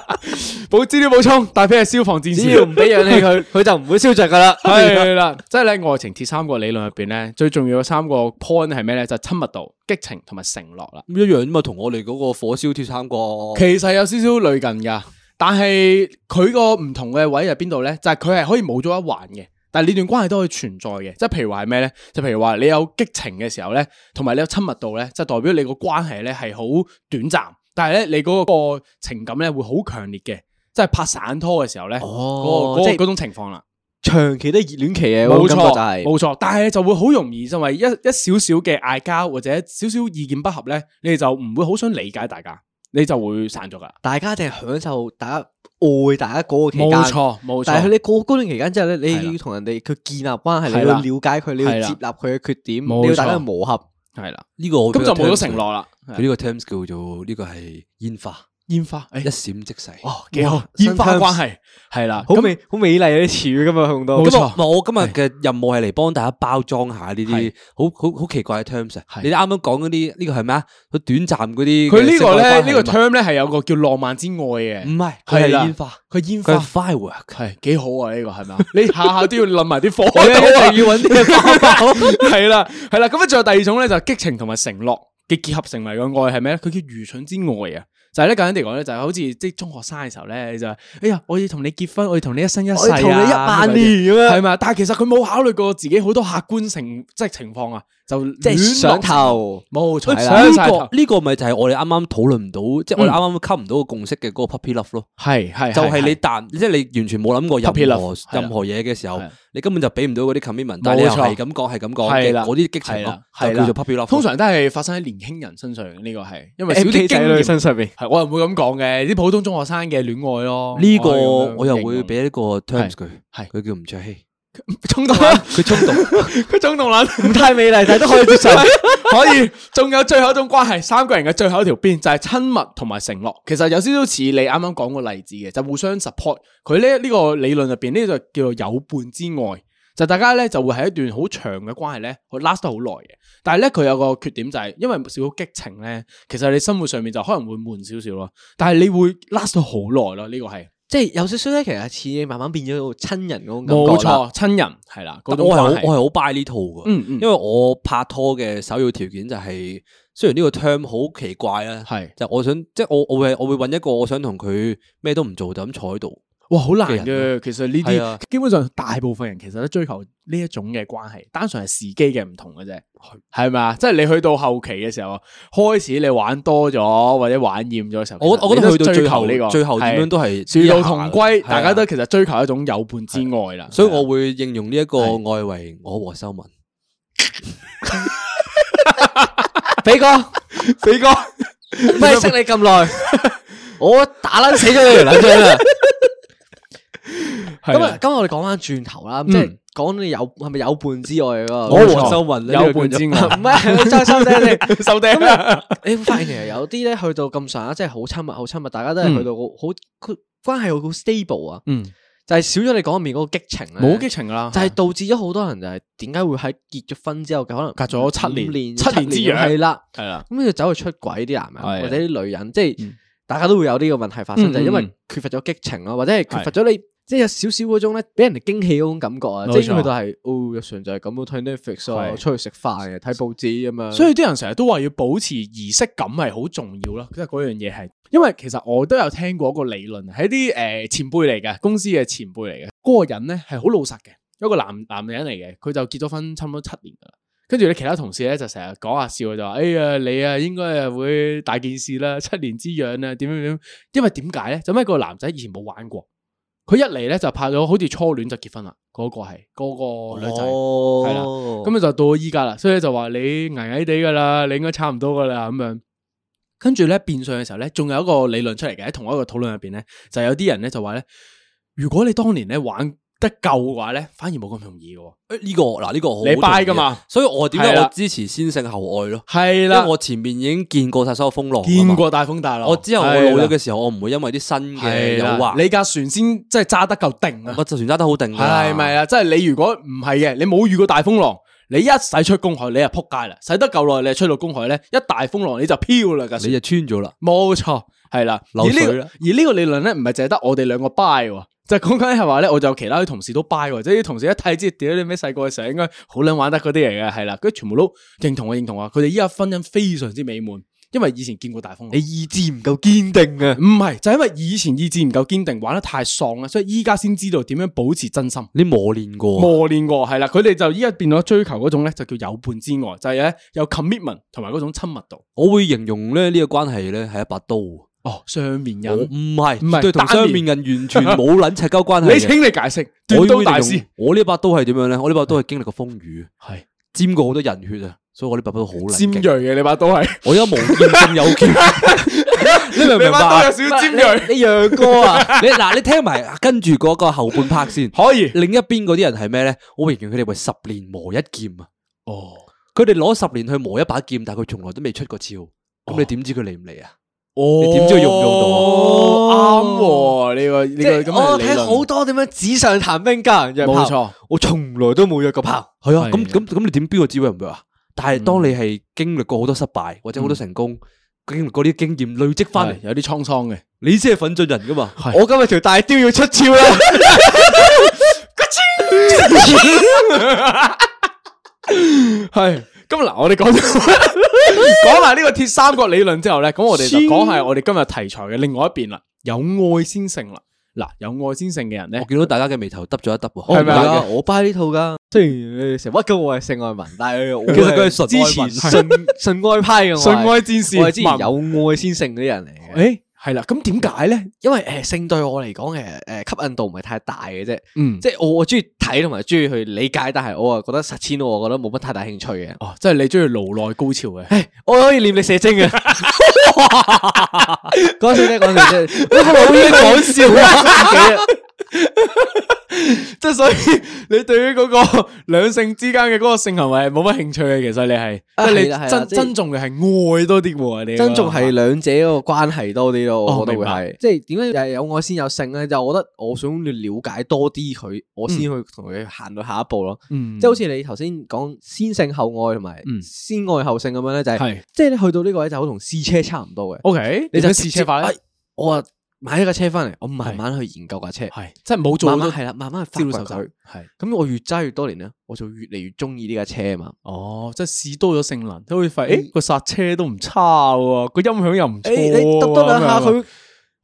[SPEAKER 3] <laughs> 補資料補充，大批係啊消防戰士。
[SPEAKER 1] 只要唔俾氧氣
[SPEAKER 2] <laughs>
[SPEAKER 1] 佢，佢就唔會燒着噶啦。
[SPEAKER 3] 系啦，即系咧愛情鐵三角理論入边咧，最重要嘅三個 point 係咩咧？就係親密度、激情同埋承諾啦。
[SPEAKER 2] 咁一樣啫嘛，同我哋嗰個火燒鐵三角
[SPEAKER 3] 其實有少少類近噶，但係佢個唔同嘅位喺邊度咧？就係佢係可以冇咗一環嘅，但係呢段關係都可以存在嘅。即係譬如話係咩咧？就譬如話你有激情嘅時候咧，同埋你有親密度咧，就代表你個關係咧係好短暫，但係咧你嗰個情感咧會好強烈嘅，即係拍散拖嘅時候咧，
[SPEAKER 1] 哦
[SPEAKER 3] 嗰、個
[SPEAKER 1] 即
[SPEAKER 3] 嗰
[SPEAKER 1] 係
[SPEAKER 3] 嗰種情況啦。
[SPEAKER 1] 長期都熱戀期嘅，
[SPEAKER 3] 冇
[SPEAKER 1] 錯
[SPEAKER 3] 錯，
[SPEAKER 1] 就係
[SPEAKER 3] 冇錯，但係就會好容易因為一一少少嘅嗌交或者少少意見不合咧，你哋就唔會好想理解大家，你就會散咗噶。
[SPEAKER 1] 大家一定係享受大家愛大家嗰個期間。
[SPEAKER 3] 冇錯，冇錯。
[SPEAKER 1] 但係你過高段期間之後咧，
[SPEAKER 3] 係啦
[SPEAKER 1] 你要同人哋佢建立關係，
[SPEAKER 3] 係
[SPEAKER 1] 你要
[SPEAKER 3] 啦
[SPEAKER 1] 了解佢，你要
[SPEAKER 3] 係啦
[SPEAKER 1] 接納佢嘅缺點，
[SPEAKER 3] 冇
[SPEAKER 1] 你要大家
[SPEAKER 3] 錯
[SPEAKER 1] 磨合。
[SPEAKER 3] 係啦，
[SPEAKER 2] 呢個我
[SPEAKER 3] 咁就冇
[SPEAKER 2] terms 啊
[SPEAKER 3] 咗承諾啦。
[SPEAKER 2] 佢呢個 terms 叫做呢個係煙花，
[SPEAKER 3] 煙花，誒，
[SPEAKER 2] 一
[SPEAKER 3] 哦
[SPEAKER 2] 閃即逝。
[SPEAKER 1] 哇，
[SPEAKER 3] 哎幾好
[SPEAKER 1] 哇，
[SPEAKER 3] 煙花
[SPEAKER 1] 新
[SPEAKER 3] 關
[SPEAKER 1] terms
[SPEAKER 3] 係係啦，
[SPEAKER 1] 好
[SPEAKER 3] 咁
[SPEAKER 1] 美好美麗啊嗰啲詞語噶嘛，用到
[SPEAKER 3] 冇
[SPEAKER 2] 咁
[SPEAKER 3] 錯
[SPEAKER 2] 我我今日嘅任務係嚟幫大家包裝下呢啲
[SPEAKER 3] 係
[SPEAKER 2] 好好好奇怪嘅 terms 啊！
[SPEAKER 3] 係
[SPEAKER 2] 你啱啱講嗰啲呢個係咩啊？佢短暫嗰啲
[SPEAKER 3] 佢呢
[SPEAKER 2] 個
[SPEAKER 3] 個咧呢個 term 咧係有個叫浪漫之愛嘅，
[SPEAKER 2] 唔係佢
[SPEAKER 3] 係
[SPEAKER 2] 係
[SPEAKER 3] 啦
[SPEAKER 2] 煙花，
[SPEAKER 3] 佢煙
[SPEAKER 2] 嗯佢係
[SPEAKER 3] 花
[SPEAKER 2] firework。
[SPEAKER 3] 係幾好啊呢個係咪啊？ <laughs> 你下下都要諗埋啲火
[SPEAKER 2] 我一定
[SPEAKER 3] 度啊
[SPEAKER 2] 要揾啲嘢包
[SPEAKER 3] <laughs>
[SPEAKER 2] 包。
[SPEAKER 3] 系啦，系啦，咁啊，仲有第二種咧，就係激情同埋承諾嘅結合成為嘅愛係咩咧？佢叫愚蠢之愛啊！就係咧，簡單地講咧，就係好似即係中學生嘅時候咧，你就係哎呀，我要同你結婚，我要同你一生一世啊
[SPEAKER 1] 我要哎同你一萬年咁樣
[SPEAKER 3] 系咪啊？但係其實佢冇考慮過自己好多客觀情即係情況啊，就
[SPEAKER 1] 即係
[SPEAKER 3] 亂
[SPEAKER 1] 上，
[SPEAKER 3] 落
[SPEAKER 1] 頭。
[SPEAKER 3] 冇錯，
[SPEAKER 2] 呢
[SPEAKER 3] 上晒頭
[SPEAKER 2] 個，呢個咪就係我哋啱啱討論唔到，即係我哋啱啱溝唔到個共識嘅嗰個 puppy love 咯。
[SPEAKER 3] 係嗯係
[SPEAKER 2] 就係你但即係你完全冇諗過
[SPEAKER 3] Puppy
[SPEAKER 2] 任何
[SPEAKER 3] love，係啦啊
[SPEAKER 2] 任何嘢嘅時候
[SPEAKER 3] 係啦，
[SPEAKER 2] 你根本就俾唔到嗰啲 commitment，但係你又
[SPEAKER 3] 冇錯
[SPEAKER 2] 係咁講係咁講嘅
[SPEAKER 3] 係啦
[SPEAKER 2] 嗰啲激情
[SPEAKER 3] 係
[SPEAKER 2] 咯
[SPEAKER 3] 啦，
[SPEAKER 2] 就
[SPEAKER 3] 係啦
[SPEAKER 2] 叫做 puppy love。
[SPEAKER 3] 通常都係發生喺年輕人身上，呢個係因為少
[SPEAKER 1] M
[SPEAKER 3] 啲
[SPEAKER 1] K
[SPEAKER 3] 經
[SPEAKER 1] 仔女身
[SPEAKER 3] 驗。
[SPEAKER 1] 上邊，
[SPEAKER 3] 係我又唔會咁講嘅，啲普通中學生嘅戀愛咯。
[SPEAKER 2] 呢個
[SPEAKER 3] 可以咁樣
[SPEAKER 2] 我又
[SPEAKER 3] 形
[SPEAKER 2] 會
[SPEAKER 3] 容
[SPEAKER 2] 俾一個
[SPEAKER 3] 係
[SPEAKER 2] terms 佢，
[SPEAKER 3] 係
[SPEAKER 2] 佢叫吳卓羲，
[SPEAKER 3] 衝動
[SPEAKER 2] 啊
[SPEAKER 3] 啦，佢衝動， <laughs> 佢衝動啦，
[SPEAKER 1] 唔太美 <laughs> 麗，但係都可以接受。
[SPEAKER 3] <laughs> 可以。仲有最後一種關係，三個人嘅最後一條邊就係親密同埋承諾。其實有少少似你啱啱講個例子嘅，就互相 support。佢咧呢個理論入邊呢就叫做有伴之愛，就大家咧就會係一段好長嘅關係咧，會 last 得好耐嘅。但係咧佢有個缺點就係、因為少少激情咧，其實你生活上面就可能會悶少少咯。但係你會 last 到好耐咯，呢、個係
[SPEAKER 1] 即係有少少咧，其實似慢慢變咗個親人嗰種感覺
[SPEAKER 3] 冇
[SPEAKER 1] 啦。
[SPEAKER 3] 錯，親人係啦，嗰
[SPEAKER 2] 但
[SPEAKER 3] 種
[SPEAKER 2] 我係好
[SPEAKER 3] 關
[SPEAKER 2] 我
[SPEAKER 3] 係。
[SPEAKER 2] 係好 buy 呢套噶，
[SPEAKER 3] 嗯嗯
[SPEAKER 2] 因為我拍拖嘅首要條件就係雖然呢個 term 好奇怪啦，
[SPEAKER 3] 係
[SPEAKER 2] 就我想即係我我會我會揾一個我想同佢咩都唔做就咁坐喺度。
[SPEAKER 3] 哇，好難
[SPEAKER 2] 嘅人
[SPEAKER 3] 嘅。其實呢
[SPEAKER 2] 係啊
[SPEAKER 3] 啲基本上大部分人其實都追求呢一種嘅關係，單純係時機嘅唔同嘅啫，係咪啊？即係你去到後期嘅時候，開始你玩多咗或者玩厭咗嘅時候，
[SPEAKER 2] 我
[SPEAKER 3] 其實
[SPEAKER 2] 我覺得
[SPEAKER 3] 你
[SPEAKER 2] 去到最後
[SPEAKER 3] 追求呢個
[SPEAKER 2] 最後點樣都係
[SPEAKER 3] 係殊途同
[SPEAKER 2] 呢一
[SPEAKER 3] 歸，
[SPEAKER 2] 下啦
[SPEAKER 3] 大家都其實追求一種有伴之愛啦。啊
[SPEAKER 2] 所以我會應用呢一個
[SPEAKER 3] 係
[SPEAKER 2] 愛為我和修文。
[SPEAKER 1] 肥哥，肥哥，唔係識你咁耐， <laughs> 我打撚死咗你條撚
[SPEAKER 3] 啊
[SPEAKER 1] 張啦！
[SPEAKER 3] 係
[SPEAKER 1] 咁
[SPEAKER 3] 啦 <laughs>
[SPEAKER 1] 啊，咁我哋講翻轉頭啦，
[SPEAKER 3] 嗯
[SPEAKER 1] 即係講你有係咪有伴之外嗰個？
[SPEAKER 2] 我和修文呢
[SPEAKER 3] 有
[SPEAKER 2] 個叫
[SPEAKER 3] 伴之
[SPEAKER 2] 做
[SPEAKER 1] <laughs>
[SPEAKER 3] 愛
[SPEAKER 1] 唔係，再收聲
[SPEAKER 2] 啊
[SPEAKER 1] 先。
[SPEAKER 3] 收爹啦，
[SPEAKER 1] 你會發現其實有啲咧去到咁上下，即係好親密，好親密，大家都係去到好好關係好 stable 啊，
[SPEAKER 3] 嗯，
[SPEAKER 1] 就係少咗你講入面嗰個激情咧，
[SPEAKER 3] 冇激，情啊啦，
[SPEAKER 1] 就係導致咗好多人就係點解會喺結咗婚之後，可能
[SPEAKER 3] 隔咗七年
[SPEAKER 1] 五年
[SPEAKER 3] 七年之癢
[SPEAKER 1] 係啦，
[SPEAKER 3] 係啊啦，
[SPEAKER 1] 咁就走去出軌啲男
[SPEAKER 3] 係
[SPEAKER 1] 人
[SPEAKER 3] 啊
[SPEAKER 1] 或者啲女人，即係
[SPEAKER 3] 嗯
[SPEAKER 1] 大家都會有呢個問題發生，
[SPEAKER 3] 嗯
[SPEAKER 1] 就係因為
[SPEAKER 3] 嗯
[SPEAKER 1] 缺乏咗激情咯，或者係缺乏咗你。即係有少少嗰種咧，俾人哋驚喜嗰種感覺啊！
[SPEAKER 3] 冇
[SPEAKER 1] 即係
[SPEAKER 3] 錯
[SPEAKER 1] 去到係，哦，日常就係咁樣睇 Netflix 啊，
[SPEAKER 3] 係
[SPEAKER 1] 出去食飯啊，睇報紙咁樣。
[SPEAKER 3] 所以啲人成日都話要保持儀式感係好重要咯，即係嗰樣嘢係，因為其實我都有聽過一個理論，係一啲誒、呃前輩嚟嘅，公司嘅前輩嚟嘅，嗰、個人咧係好老實嘅，一個男男人嚟嘅，佢就結咗婚差唔多七年噶啦。跟住咧，其他同事咧就成日講下笑，就話：哎呀，你啊應該啊會大件事啦， <laughs> 七年之癢啊，點點點。因為點解咧？就因為個男仔以前冇玩過，佢一嚟咧就拍咗好似初戀就結婚啦，嗰、個係嗰、個女仔。係啦
[SPEAKER 2] 哦，
[SPEAKER 3] 咁就到咗依家啦，所以就話你危危地噶啦，你應該差唔多噶啦咁樣。跟住咧變相嘅時候咧，仲有一個理論出嚟嘅，喺同一個討論入邊咧，就有啲人咧就話咧，如果你當年咧玩得夠嘅話咧，反而冇咁容易嘅喎。
[SPEAKER 2] 誒呢個嗱呢個我好
[SPEAKER 3] 你
[SPEAKER 2] 同意
[SPEAKER 3] buy 㗎嘛
[SPEAKER 2] 所以我點解
[SPEAKER 3] 係啦
[SPEAKER 2] 我支持先性後愛咯？
[SPEAKER 3] 係
[SPEAKER 2] 因為
[SPEAKER 3] 啦，
[SPEAKER 2] 我前面已經見過晒所有風浪，
[SPEAKER 3] 見。過大風大浪，
[SPEAKER 2] 我之後我老咗
[SPEAKER 3] 係啦
[SPEAKER 2] 嘅時候，我唔會因為啲新嘅誘
[SPEAKER 3] 係啦，
[SPEAKER 2] 惑，啊
[SPEAKER 3] 你架船先即係揸得夠定啊
[SPEAKER 2] 我！就算揸得好定㗎啦
[SPEAKER 3] 系咪？啊？即系你如果唔系嘅，你冇遇過大風浪，你一使出公海，你就扑街啦！使得夠耐，你就吹到公海咧，一大風浪你就飄啦架船
[SPEAKER 2] 你就穿咗啦。
[SPEAKER 3] 冇錯，係啦。
[SPEAKER 2] 流
[SPEAKER 3] 而呢個
[SPEAKER 2] 水啦
[SPEAKER 3] 而呢個理論咧，唔係淨係得我哋兩個 buy 喎，就講緊係話咧，我就有其他啲同事都 buy 喎，即係啲同事一睇知，屌你咩細個嘅時候應該好撚玩得嗰啲嚟嘅，係啦，跟住全部都認同我認同啊，佢哋依家婚姻非常之美滿，因為以前見過大風浪。
[SPEAKER 1] 你意志唔夠堅定啊！
[SPEAKER 3] 唔係，就係因為以前意志唔夠堅定，玩得太喪啊啦，所以依家先知道點樣保持真心。
[SPEAKER 2] 你磨練過啊，
[SPEAKER 3] 磨練過係啦，佢哋就依家變咗追求嗰種咧，就叫有伴之愛，就係咧有 commitment 同埋嗰種親密度。
[SPEAKER 2] 我會形容咧呢個關係咧係一把刀，
[SPEAKER 3] 哦，上面
[SPEAKER 2] 我
[SPEAKER 3] 人，
[SPEAKER 2] 唔係，
[SPEAKER 3] 唔係
[SPEAKER 2] 絕對同
[SPEAKER 3] 單面
[SPEAKER 2] 雙面人完全冇撚赤交關係嘅。
[SPEAKER 3] 你请你解释，<laughs> 斷
[SPEAKER 2] 我呢
[SPEAKER 3] 刀
[SPEAKER 2] 把
[SPEAKER 3] 大
[SPEAKER 2] 刀
[SPEAKER 3] 師
[SPEAKER 2] 我呢把刀係點樣咧？我呢把刀係經歷過風雨，
[SPEAKER 3] 係
[SPEAKER 2] 沾過好多人血啊，所以我呢把刀好撚
[SPEAKER 3] 尖
[SPEAKER 2] 勁
[SPEAKER 3] 鋭嘅你把刀係，
[SPEAKER 2] 我而家無劍 <laughs> 正有
[SPEAKER 3] <laughs>
[SPEAKER 2] 劍，你明唔明
[SPEAKER 3] 你把
[SPEAKER 2] 白
[SPEAKER 3] 刀
[SPEAKER 2] 啊
[SPEAKER 3] 有？少少尖鋭，
[SPEAKER 2] 你你楊哥啊，你嗱你聽埋跟住嗰個後半 part 先。
[SPEAKER 3] 可以。
[SPEAKER 2] 另一邊嗰啲人係咩咧？我形容佢哋為十年磨一劍啊！
[SPEAKER 3] 哦，
[SPEAKER 2] 佢哋攞十年去磨一把劍，但係佢從來都未出過鞘。
[SPEAKER 1] 哦
[SPEAKER 2] 咁你點知佢嚟唔嚟啊？
[SPEAKER 3] 你
[SPEAKER 2] 點知佢用唔用到啊
[SPEAKER 3] 哦啱喎，你個
[SPEAKER 1] 即
[SPEAKER 3] 呢個
[SPEAKER 1] 係
[SPEAKER 3] 咁嘅
[SPEAKER 1] 我
[SPEAKER 3] 理
[SPEAKER 1] 睇好
[SPEAKER 3] 論，
[SPEAKER 1] 多點樣紙上談兵教人約炮，
[SPEAKER 3] 冇錯，
[SPEAKER 1] 我從來都冇約過炮。嗯
[SPEAKER 2] 係啊，咁
[SPEAKER 3] 係
[SPEAKER 2] 咁咁你點標個知會唔會啊？但係當你係經歷過好多失敗或者好多成功，經歷過啲經驗累積翻
[SPEAKER 3] 係
[SPEAKER 2] 嚟，
[SPEAKER 3] 有啲滄桑嘅。
[SPEAKER 2] 你先係奮進人噶嘛？
[SPEAKER 1] 我今日條大雕要出鞘啦！ <laughs>
[SPEAKER 3] 系咁嗱，我哋讲讲埋呢个铁三角理 <laughs> 论之后咧，咁我哋就讲下我哋今日题材嘅另外一边啦，有爱先性啦。嗱，有爱先性嘅人
[SPEAKER 2] 我
[SPEAKER 3] 咧，
[SPEAKER 2] 見到大家嘅眉頭耷咗一耷喎，
[SPEAKER 3] 係咪啊
[SPEAKER 2] 哦唔係㗎
[SPEAKER 1] 我 buy 呢套噶， <laughs> 雖然你成日屈鳩我係性愛文，但係我
[SPEAKER 2] 其實佢係純愛文
[SPEAKER 1] 支持信信愛派嘅，我係
[SPEAKER 3] 信愛戰士
[SPEAKER 1] 我係之前
[SPEAKER 3] 文
[SPEAKER 1] 有愛先性嗰啲人嚟嘅。
[SPEAKER 3] 诶系啦，咁点解咧？
[SPEAKER 1] 因為誒性對我嚟講誒誒吸引度唔係太大嘅啫，
[SPEAKER 3] 嗯，
[SPEAKER 1] 即係我我中意睇同埋中意去理解，但係我啊覺得實踐我覺得冇乜太大興趣嘅。
[SPEAKER 3] 哦，即系你中意颅内高潮嘅，
[SPEAKER 1] 唉我可以念你射精 <laughs> 嘅。講笑啫，講笑啫，
[SPEAKER 3] <laughs>
[SPEAKER 1] 我冇嘢講笑 <laughs> 啊！
[SPEAKER 3] 即系所以 <laughs> 你对于嗰 <laughs> 个两性之间嘅嗰个性行为係冇乜兴趣嘅，其实你系，
[SPEAKER 1] 啊
[SPEAKER 3] 即系
[SPEAKER 1] 係啦係啦
[SPEAKER 3] 你珍
[SPEAKER 1] 即係
[SPEAKER 3] 珍重嘅系爱多啲喎，你
[SPEAKER 1] 真仲係兩者嗰個關係多啲咯，
[SPEAKER 3] 哦
[SPEAKER 1] 我覺得會
[SPEAKER 3] 明白
[SPEAKER 1] 係，即係點解有愛先有性咧？就我覺得我想要了解多啲佢，我先去同佢行到下一步咯。
[SPEAKER 3] 嗯，
[SPEAKER 1] 即係好似你頭先講先性後愛同埋
[SPEAKER 3] 嗯
[SPEAKER 1] 先愛後性咁樣咧，就係
[SPEAKER 3] 系
[SPEAKER 1] 即係你去到呢個位就好同試車差唔多嘅。
[SPEAKER 3] ，OK，
[SPEAKER 1] 你
[SPEAKER 3] 你
[SPEAKER 1] 就
[SPEAKER 3] 就试车法咧
[SPEAKER 1] 直，接哎我啊買一架車翻嚟，我慢慢去研究架車，
[SPEAKER 3] 系即系冇做
[SPEAKER 1] 慢
[SPEAKER 3] 到
[SPEAKER 1] 慢係啦，慢慢去發
[SPEAKER 3] 招
[SPEAKER 1] 掘
[SPEAKER 3] 手手
[SPEAKER 1] 佢。
[SPEAKER 3] 系。
[SPEAKER 1] 咁我越揸越多年咧，我就越嚟越中意呢架車啊嘛。
[SPEAKER 3] 哦，即系試多咗性能，都會
[SPEAKER 1] 嗯
[SPEAKER 3] 發現誒個剎車都唔差喎，個音響又唔
[SPEAKER 1] 誒，
[SPEAKER 3] 錯喎，
[SPEAKER 1] 你揼多兩下
[SPEAKER 3] 咁樣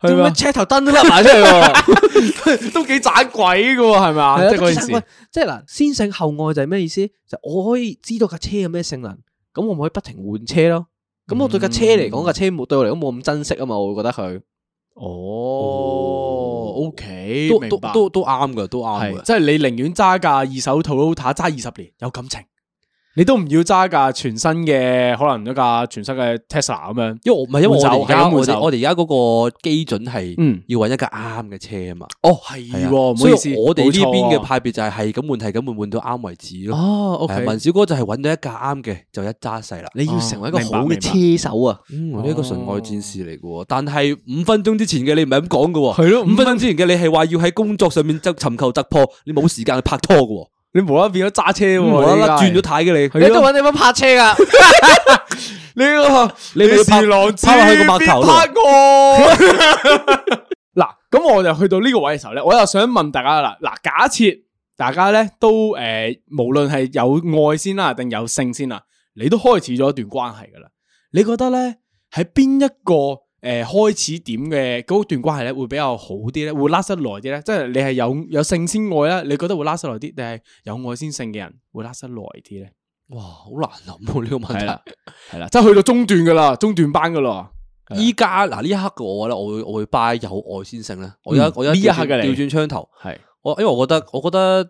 [SPEAKER 1] 佢，點
[SPEAKER 3] 係
[SPEAKER 1] 解
[SPEAKER 3] 啊 <laughs> 嘛
[SPEAKER 1] 車頭燈都 <laughs> 甩埋出嚟喎？ <laughs>
[SPEAKER 3] <laughs> 都幾盞鬼噶喎，係咪啊？
[SPEAKER 1] 係啊
[SPEAKER 3] 即係嗰件
[SPEAKER 1] 喂
[SPEAKER 3] 事，
[SPEAKER 1] 即係嗱，先性後愛就係咩意思？就我可以知道架車有咩性能，咁我咪可以不停換車咯。咁我對架車嚟講，
[SPEAKER 3] 嗯
[SPEAKER 1] 架車冇對我嚟講冇咁珍惜啊嘛，我會覺得佢
[SPEAKER 3] 哦，OK，哦
[SPEAKER 2] 都
[SPEAKER 3] 明
[SPEAKER 2] 都
[SPEAKER 3] 白
[SPEAKER 2] 都都啱嘅，都啱
[SPEAKER 3] 係，
[SPEAKER 2] 嘅。
[SPEAKER 3] 即係你寧願揸架二手 Toyota 揸二十年有感情，你都唔要揸架全新嘅，可能一架全新嘅 Tesla 咁樣。
[SPEAKER 2] 因為我唔係因為我哋而
[SPEAKER 3] 換手係咁
[SPEAKER 2] 家我
[SPEAKER 3] 換手
[SPEAKER 2] 哋我哋而家嗰個基準係
[SPEAKER 3] 嗯，
[SPEAKER 2] 要揾一架啱嘅車啊嘛。
[SPEAKER 3] 哦係
[SPEAKER 2] 係啊
[SPEAKER 3] 喎，唔好意思
[SPEAKER 2] 所以，我哋呢邊嘅
[SPEAKER 3] 冇錯喎
[SPEAKER 2] 派別就係係咁換，係咁換，換到啱為止咯。
[SPEAKER 3] 哦
[SPEAKER 2] 係啊
[SPEAKER 3] ，OK，
[SPEAKER 2] 文小哥就係揾到一架啱嘅，就一揸細啦。
[SPEAKER 1] 你要成為一個
[SPEAKER 3] 明白
[SPEAKER 1] 好嘅
[SPEAKER 3] 明白
[SPEAKER 1] 車手啊！
[SPEAKER 2] 嗯，
[SPEAKER 3] 哦
[SPEAKER 2] 呢一個純愛戰士嚟嘅喎，但係五分鐘之前嘅你唔係咁講嘅喎。
[SPEAKER 3] 係咯
[SPEAKER 2] 五分鐘之前嘅你係話要喺工作上面就尋求突破，你冇時間去拍拖嘅喎，嗯
[SPEAKER 3] 你無啦啦變咗揸車喎，
[SPEAKER 2] 無啦啦
[SPEAKER 3] 你
[SPEAKER 2] 轉
[SPEAKER 3] 而家係啊
[SPEAKER 2] 咗態嘅你，
[SPEAKER 1] 你都揾你乜泊車噶？ <laughs>
[SPEAKER 3] 你個
[SPEAKER 2] 你咪拍拍落去個麥頭度
[SPEAKER 3] 邊我。 <laughs> 嗱，咁我就去到呢個位嘅時候咧，我又想問大家啦，嗱，假設大家咧都诶、呃，无论系有愛先啦，啊定有性先啦，你都開始咗一段關係噶啦，你覺得咧喺邊一個诶、呃、开始點嘅嗰段關係咧會比較好啲咧，會 last 得耐啲咧？即係你係有有性先愛啦，你覺得會 last 得耐啲，定係有愛先性嘅人會 last 得耐啲咧？
[SPEAKER 2] 哇，好難諗喎呢個問
[SPEAKER 3] 係啦
[SPEAKER 2] 題。，
[SPEAKER 3] 係啦，即係去到中段噶啦，中段班噶啦。係啊
[SPEAKER 2] 依家嗱呢一刻嘅我咧，我會我會 buy 有愛先性咧。我而家
[SPEAKER 3] 嗯
[SPEAKER 2] 我而家
[SPEAKER 3] 呢一刻
[SPEAKER 2] 調轉
[SPEAKER 3] 嘅你
[SPEAKER 2] 調轉槍頭，
[SPEAKER 3] 系
[SPEAKER 2] 我因為我覺得我覺得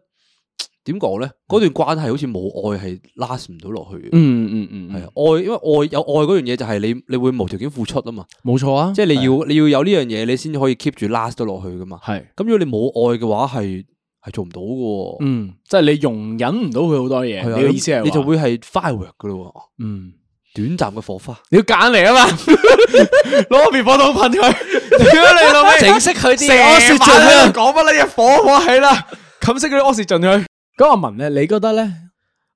[SPEAKER 2] 點講咧，嗰段關係好似冇愛係 last 唔到落去嘅。
[SPEAKER 3] 嗯嗯嗯，
[SPEAKER 2] 係啊愛，因為愛有愛嗰樣嘢就係你你會無條件付出啊嘛，
[SPEAKER 3] 冇错啊，
[SPEAKER 2] 即係你要你要有呢樣嘢，你先可以 keep 住 last 到落去噶嘛。
[SPEAKER 3] 系，
[SPEAKER 2] 咁如果你冇愛嘅話，係係做唔到嘅喎。
[SPEAKER 3] 嗯，即系你容忍唔到佢好多嘢，
[SPEAKER 2] 係啊
[SPEAKER 3] 你嘅意思系
[SPEAKER 2] 你就，會係 firework 噶咯
[SPEAKER 3] 嗯，
[SPEAKER 2] 喎，短暫嘅火花。
[SPEAKER 3] 你要揀嚟啊嘛，攞個滅火筒噴佢，屌你老 <laughs> 味，
[SPEAKER 1] 整識佢啲
[SPEAKER 3] 成
[SPEAKER 1] 柯
[SPEAKER 3] 晚
[SPEAKER 1] 雪
[SPEAKER 3] 喺
[SPEAKER 1] 盡啊
[SPEAKER 3] 度講乜呢嘢火火起啦，冚熄佢啲柯士盡佢。咁阿文咧，你覺得咧？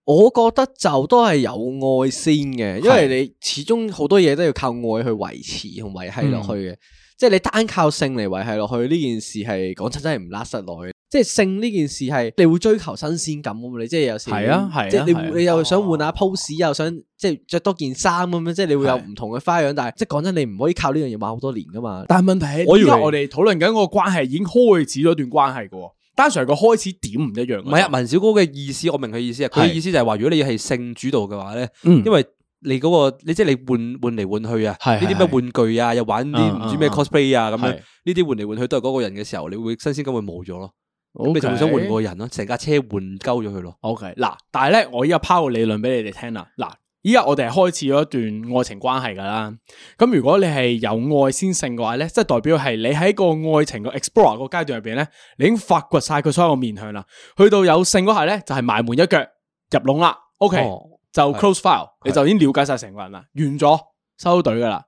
[SPEAKER 1] 我覺得就都係有愛先嘅，因為你始終好多嘢都要靠愛去維持同維係落去
[SPEAKER 3] 嗯
[SPEAKER 1] 嘅。即係你單靠性嚟維係落去呢件事係講真真係唔拉實耐嘅。即係性呢件事係你會追求新鮮感啊嘛，你即係有時
[SPEAKER 3] 係啊係啊
[SPEAKER 1] 即係
[SPEAKER 3] 係啊
[SPEAKER 1] 你你又想換下 pose，又啊想即係着多件衫咁樣，即係你會有
[SPEAKER 3] 係
[SPEAKER 1] 唔同嘅花樣。但係即係講真，你唔可以靠呢樣嘢玩好多年噶嘛。
[SPEAKER 3] 但系问题係，
[SPEAKER 2] 我以
[SPEAKER 3] 依
[SPEAKER 2] 為
[SPEAKER 3] 家我哋討論緊個關係已經開始咗段關係噶，單純係個開始點唔一樣㗎。
[SPEAKER 2] 唔係啊，文小哥嘅意思，我明佢意思啊。佢嘅
[SPEAKER 3] 係
[SPEAKER 2] 意思就係話，如果你係性主導嘅話咧，
[SPEAKER 3] 嗯
[SPEAKER 2] 因為你嗰個你即係你換換嚟換去啊，
[SPEAKER 3] 係
[SPEAKER 2] 呢啲
[SPEAKER 3] 係
[SPEAKER 2] 咩玩具啊，又玩啲唔知咩
[SPEAKER 3] 嗯嗯嗯
[SPEAKER 2] cosplay 啊咁樣，
[SPEAKER 3] 係
[SPEAKER 2] 呢啲換嚟換去都係嗰個人嘅時候，你會新鮮感會冇咗咯。咁
[SPEAKER 3] OK
[SPEAKER 2] 你就會想換個人咯，成架車換鳩咗佢咯。
[SPEAKER 3] O K，嗱，但系咧，我依家拋個理論俾你哋聽啦。嗱，依家我哋係開始咗一段愛情關係噶啦。咁如果你係有愛先性嘅話咧，即係代表係你喺個愛情個 explore 個階段入邊咧，你已經發掘晒佢所有面向啦。去到有性嗰下咧，就係埋門一腳入籠啦。O K，
[SPEAKER 2] 哦
[SPEAKER 3] 就 close file，你就已經了解晒成個人啦，完咗收隊噶啦。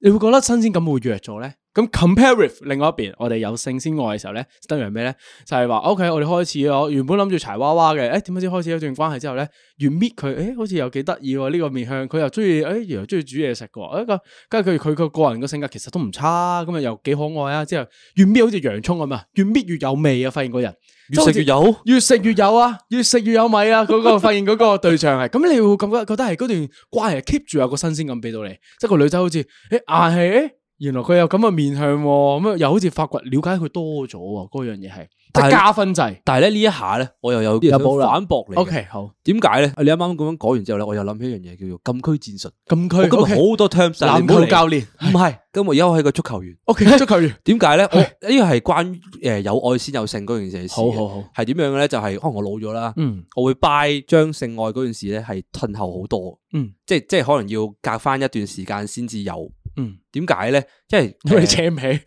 [SPEAKER 3] 你會覺得新鮮感會弱咗咧？咁 compare with 另外一邊，我哋有性先愛嘅時候咧，等於咩咧？就係話 OK，我哋開始咗，原本諗住柴娃娃嘅，誒點不知開始一段關係之後咧，越搣佢，誒好似又幾得意喎呢個面向，佢又中意，誒原來中意煮嘢食嘅喎，誒個跟住佢佢個個人嘅性格其實都唔差，咁啊又幾可愛啊！之後越搣好似洋葱咁啊，越搣越有味啊！發現個人
[SPEAKER 2] 越食越有，
[SPEAKER 3] 越食越有啊，越食越有米啊！嗰、個發現嗰個對象係，咁你會感覺覺得係嗰段關係 keep 住有個新鮮感俾到你，即係個女仔好似，誒硬係，誒原來佢有咁嘅面向喎，咁啊又好似發掘了解佢多咗喎，嗰樣嘢係，即係
[SPEAKER 2] 但係
[SPEAKER 3] 加分制。
[SPEAKER 2] 但係咧呢一下咧，我又有
[SPEAKER 1] 有
[SPEAKER 2] 想
[SPEAKER 1] 保留
[SPEAKER 2] 反駁你嘅。
[SPEAKER 3] O、k 好，
[SPEAKER 2] 點解咧？你啱啱咁樣講完之後咧，我又諗起一樣嘢叫做禁區戰術。
[SPEAKER 3] 禁區
[SPEAKER 2] 我今
[SPEAKER 3] o
[SPEAKER 2] 日
[SPEAKER 3] k
[SPEAKER 2] 好多 terms，啊
[SPEAKER 3] 籃球教練
[SPEAKER 2] 你唔好理唔係，今日而家我係個足球員。
[SPEAKER 3] ，O K 足球員，
[SPEAKER 2] 點解咧？我呢個係關於诶有愛先有性嗰件事嘅事
[SPEAKER 3] 好
[SPEAKER 2] 嘅。
[SPEAKER 3] 好好
[SPEAKER 2] 係點樣嘅咧？就係可能哦我老咗啦，
[SPEAKER 3] 嗯
[SPEAKER 2] 我會 buy 將性愛嗰件事咧係褪後好多。
[SPEAKER 3] 嗯
[SPEAKER 2] 即係即系可能要隔翻一段時間先至有。
[SPEAKER 3] 嗯，
[SPEAKER 2] 點解咧？因為
[SPEAKER 3] 因為你
[SPEAKER 2] 誒
[SPEAKER 3] 扯唔起，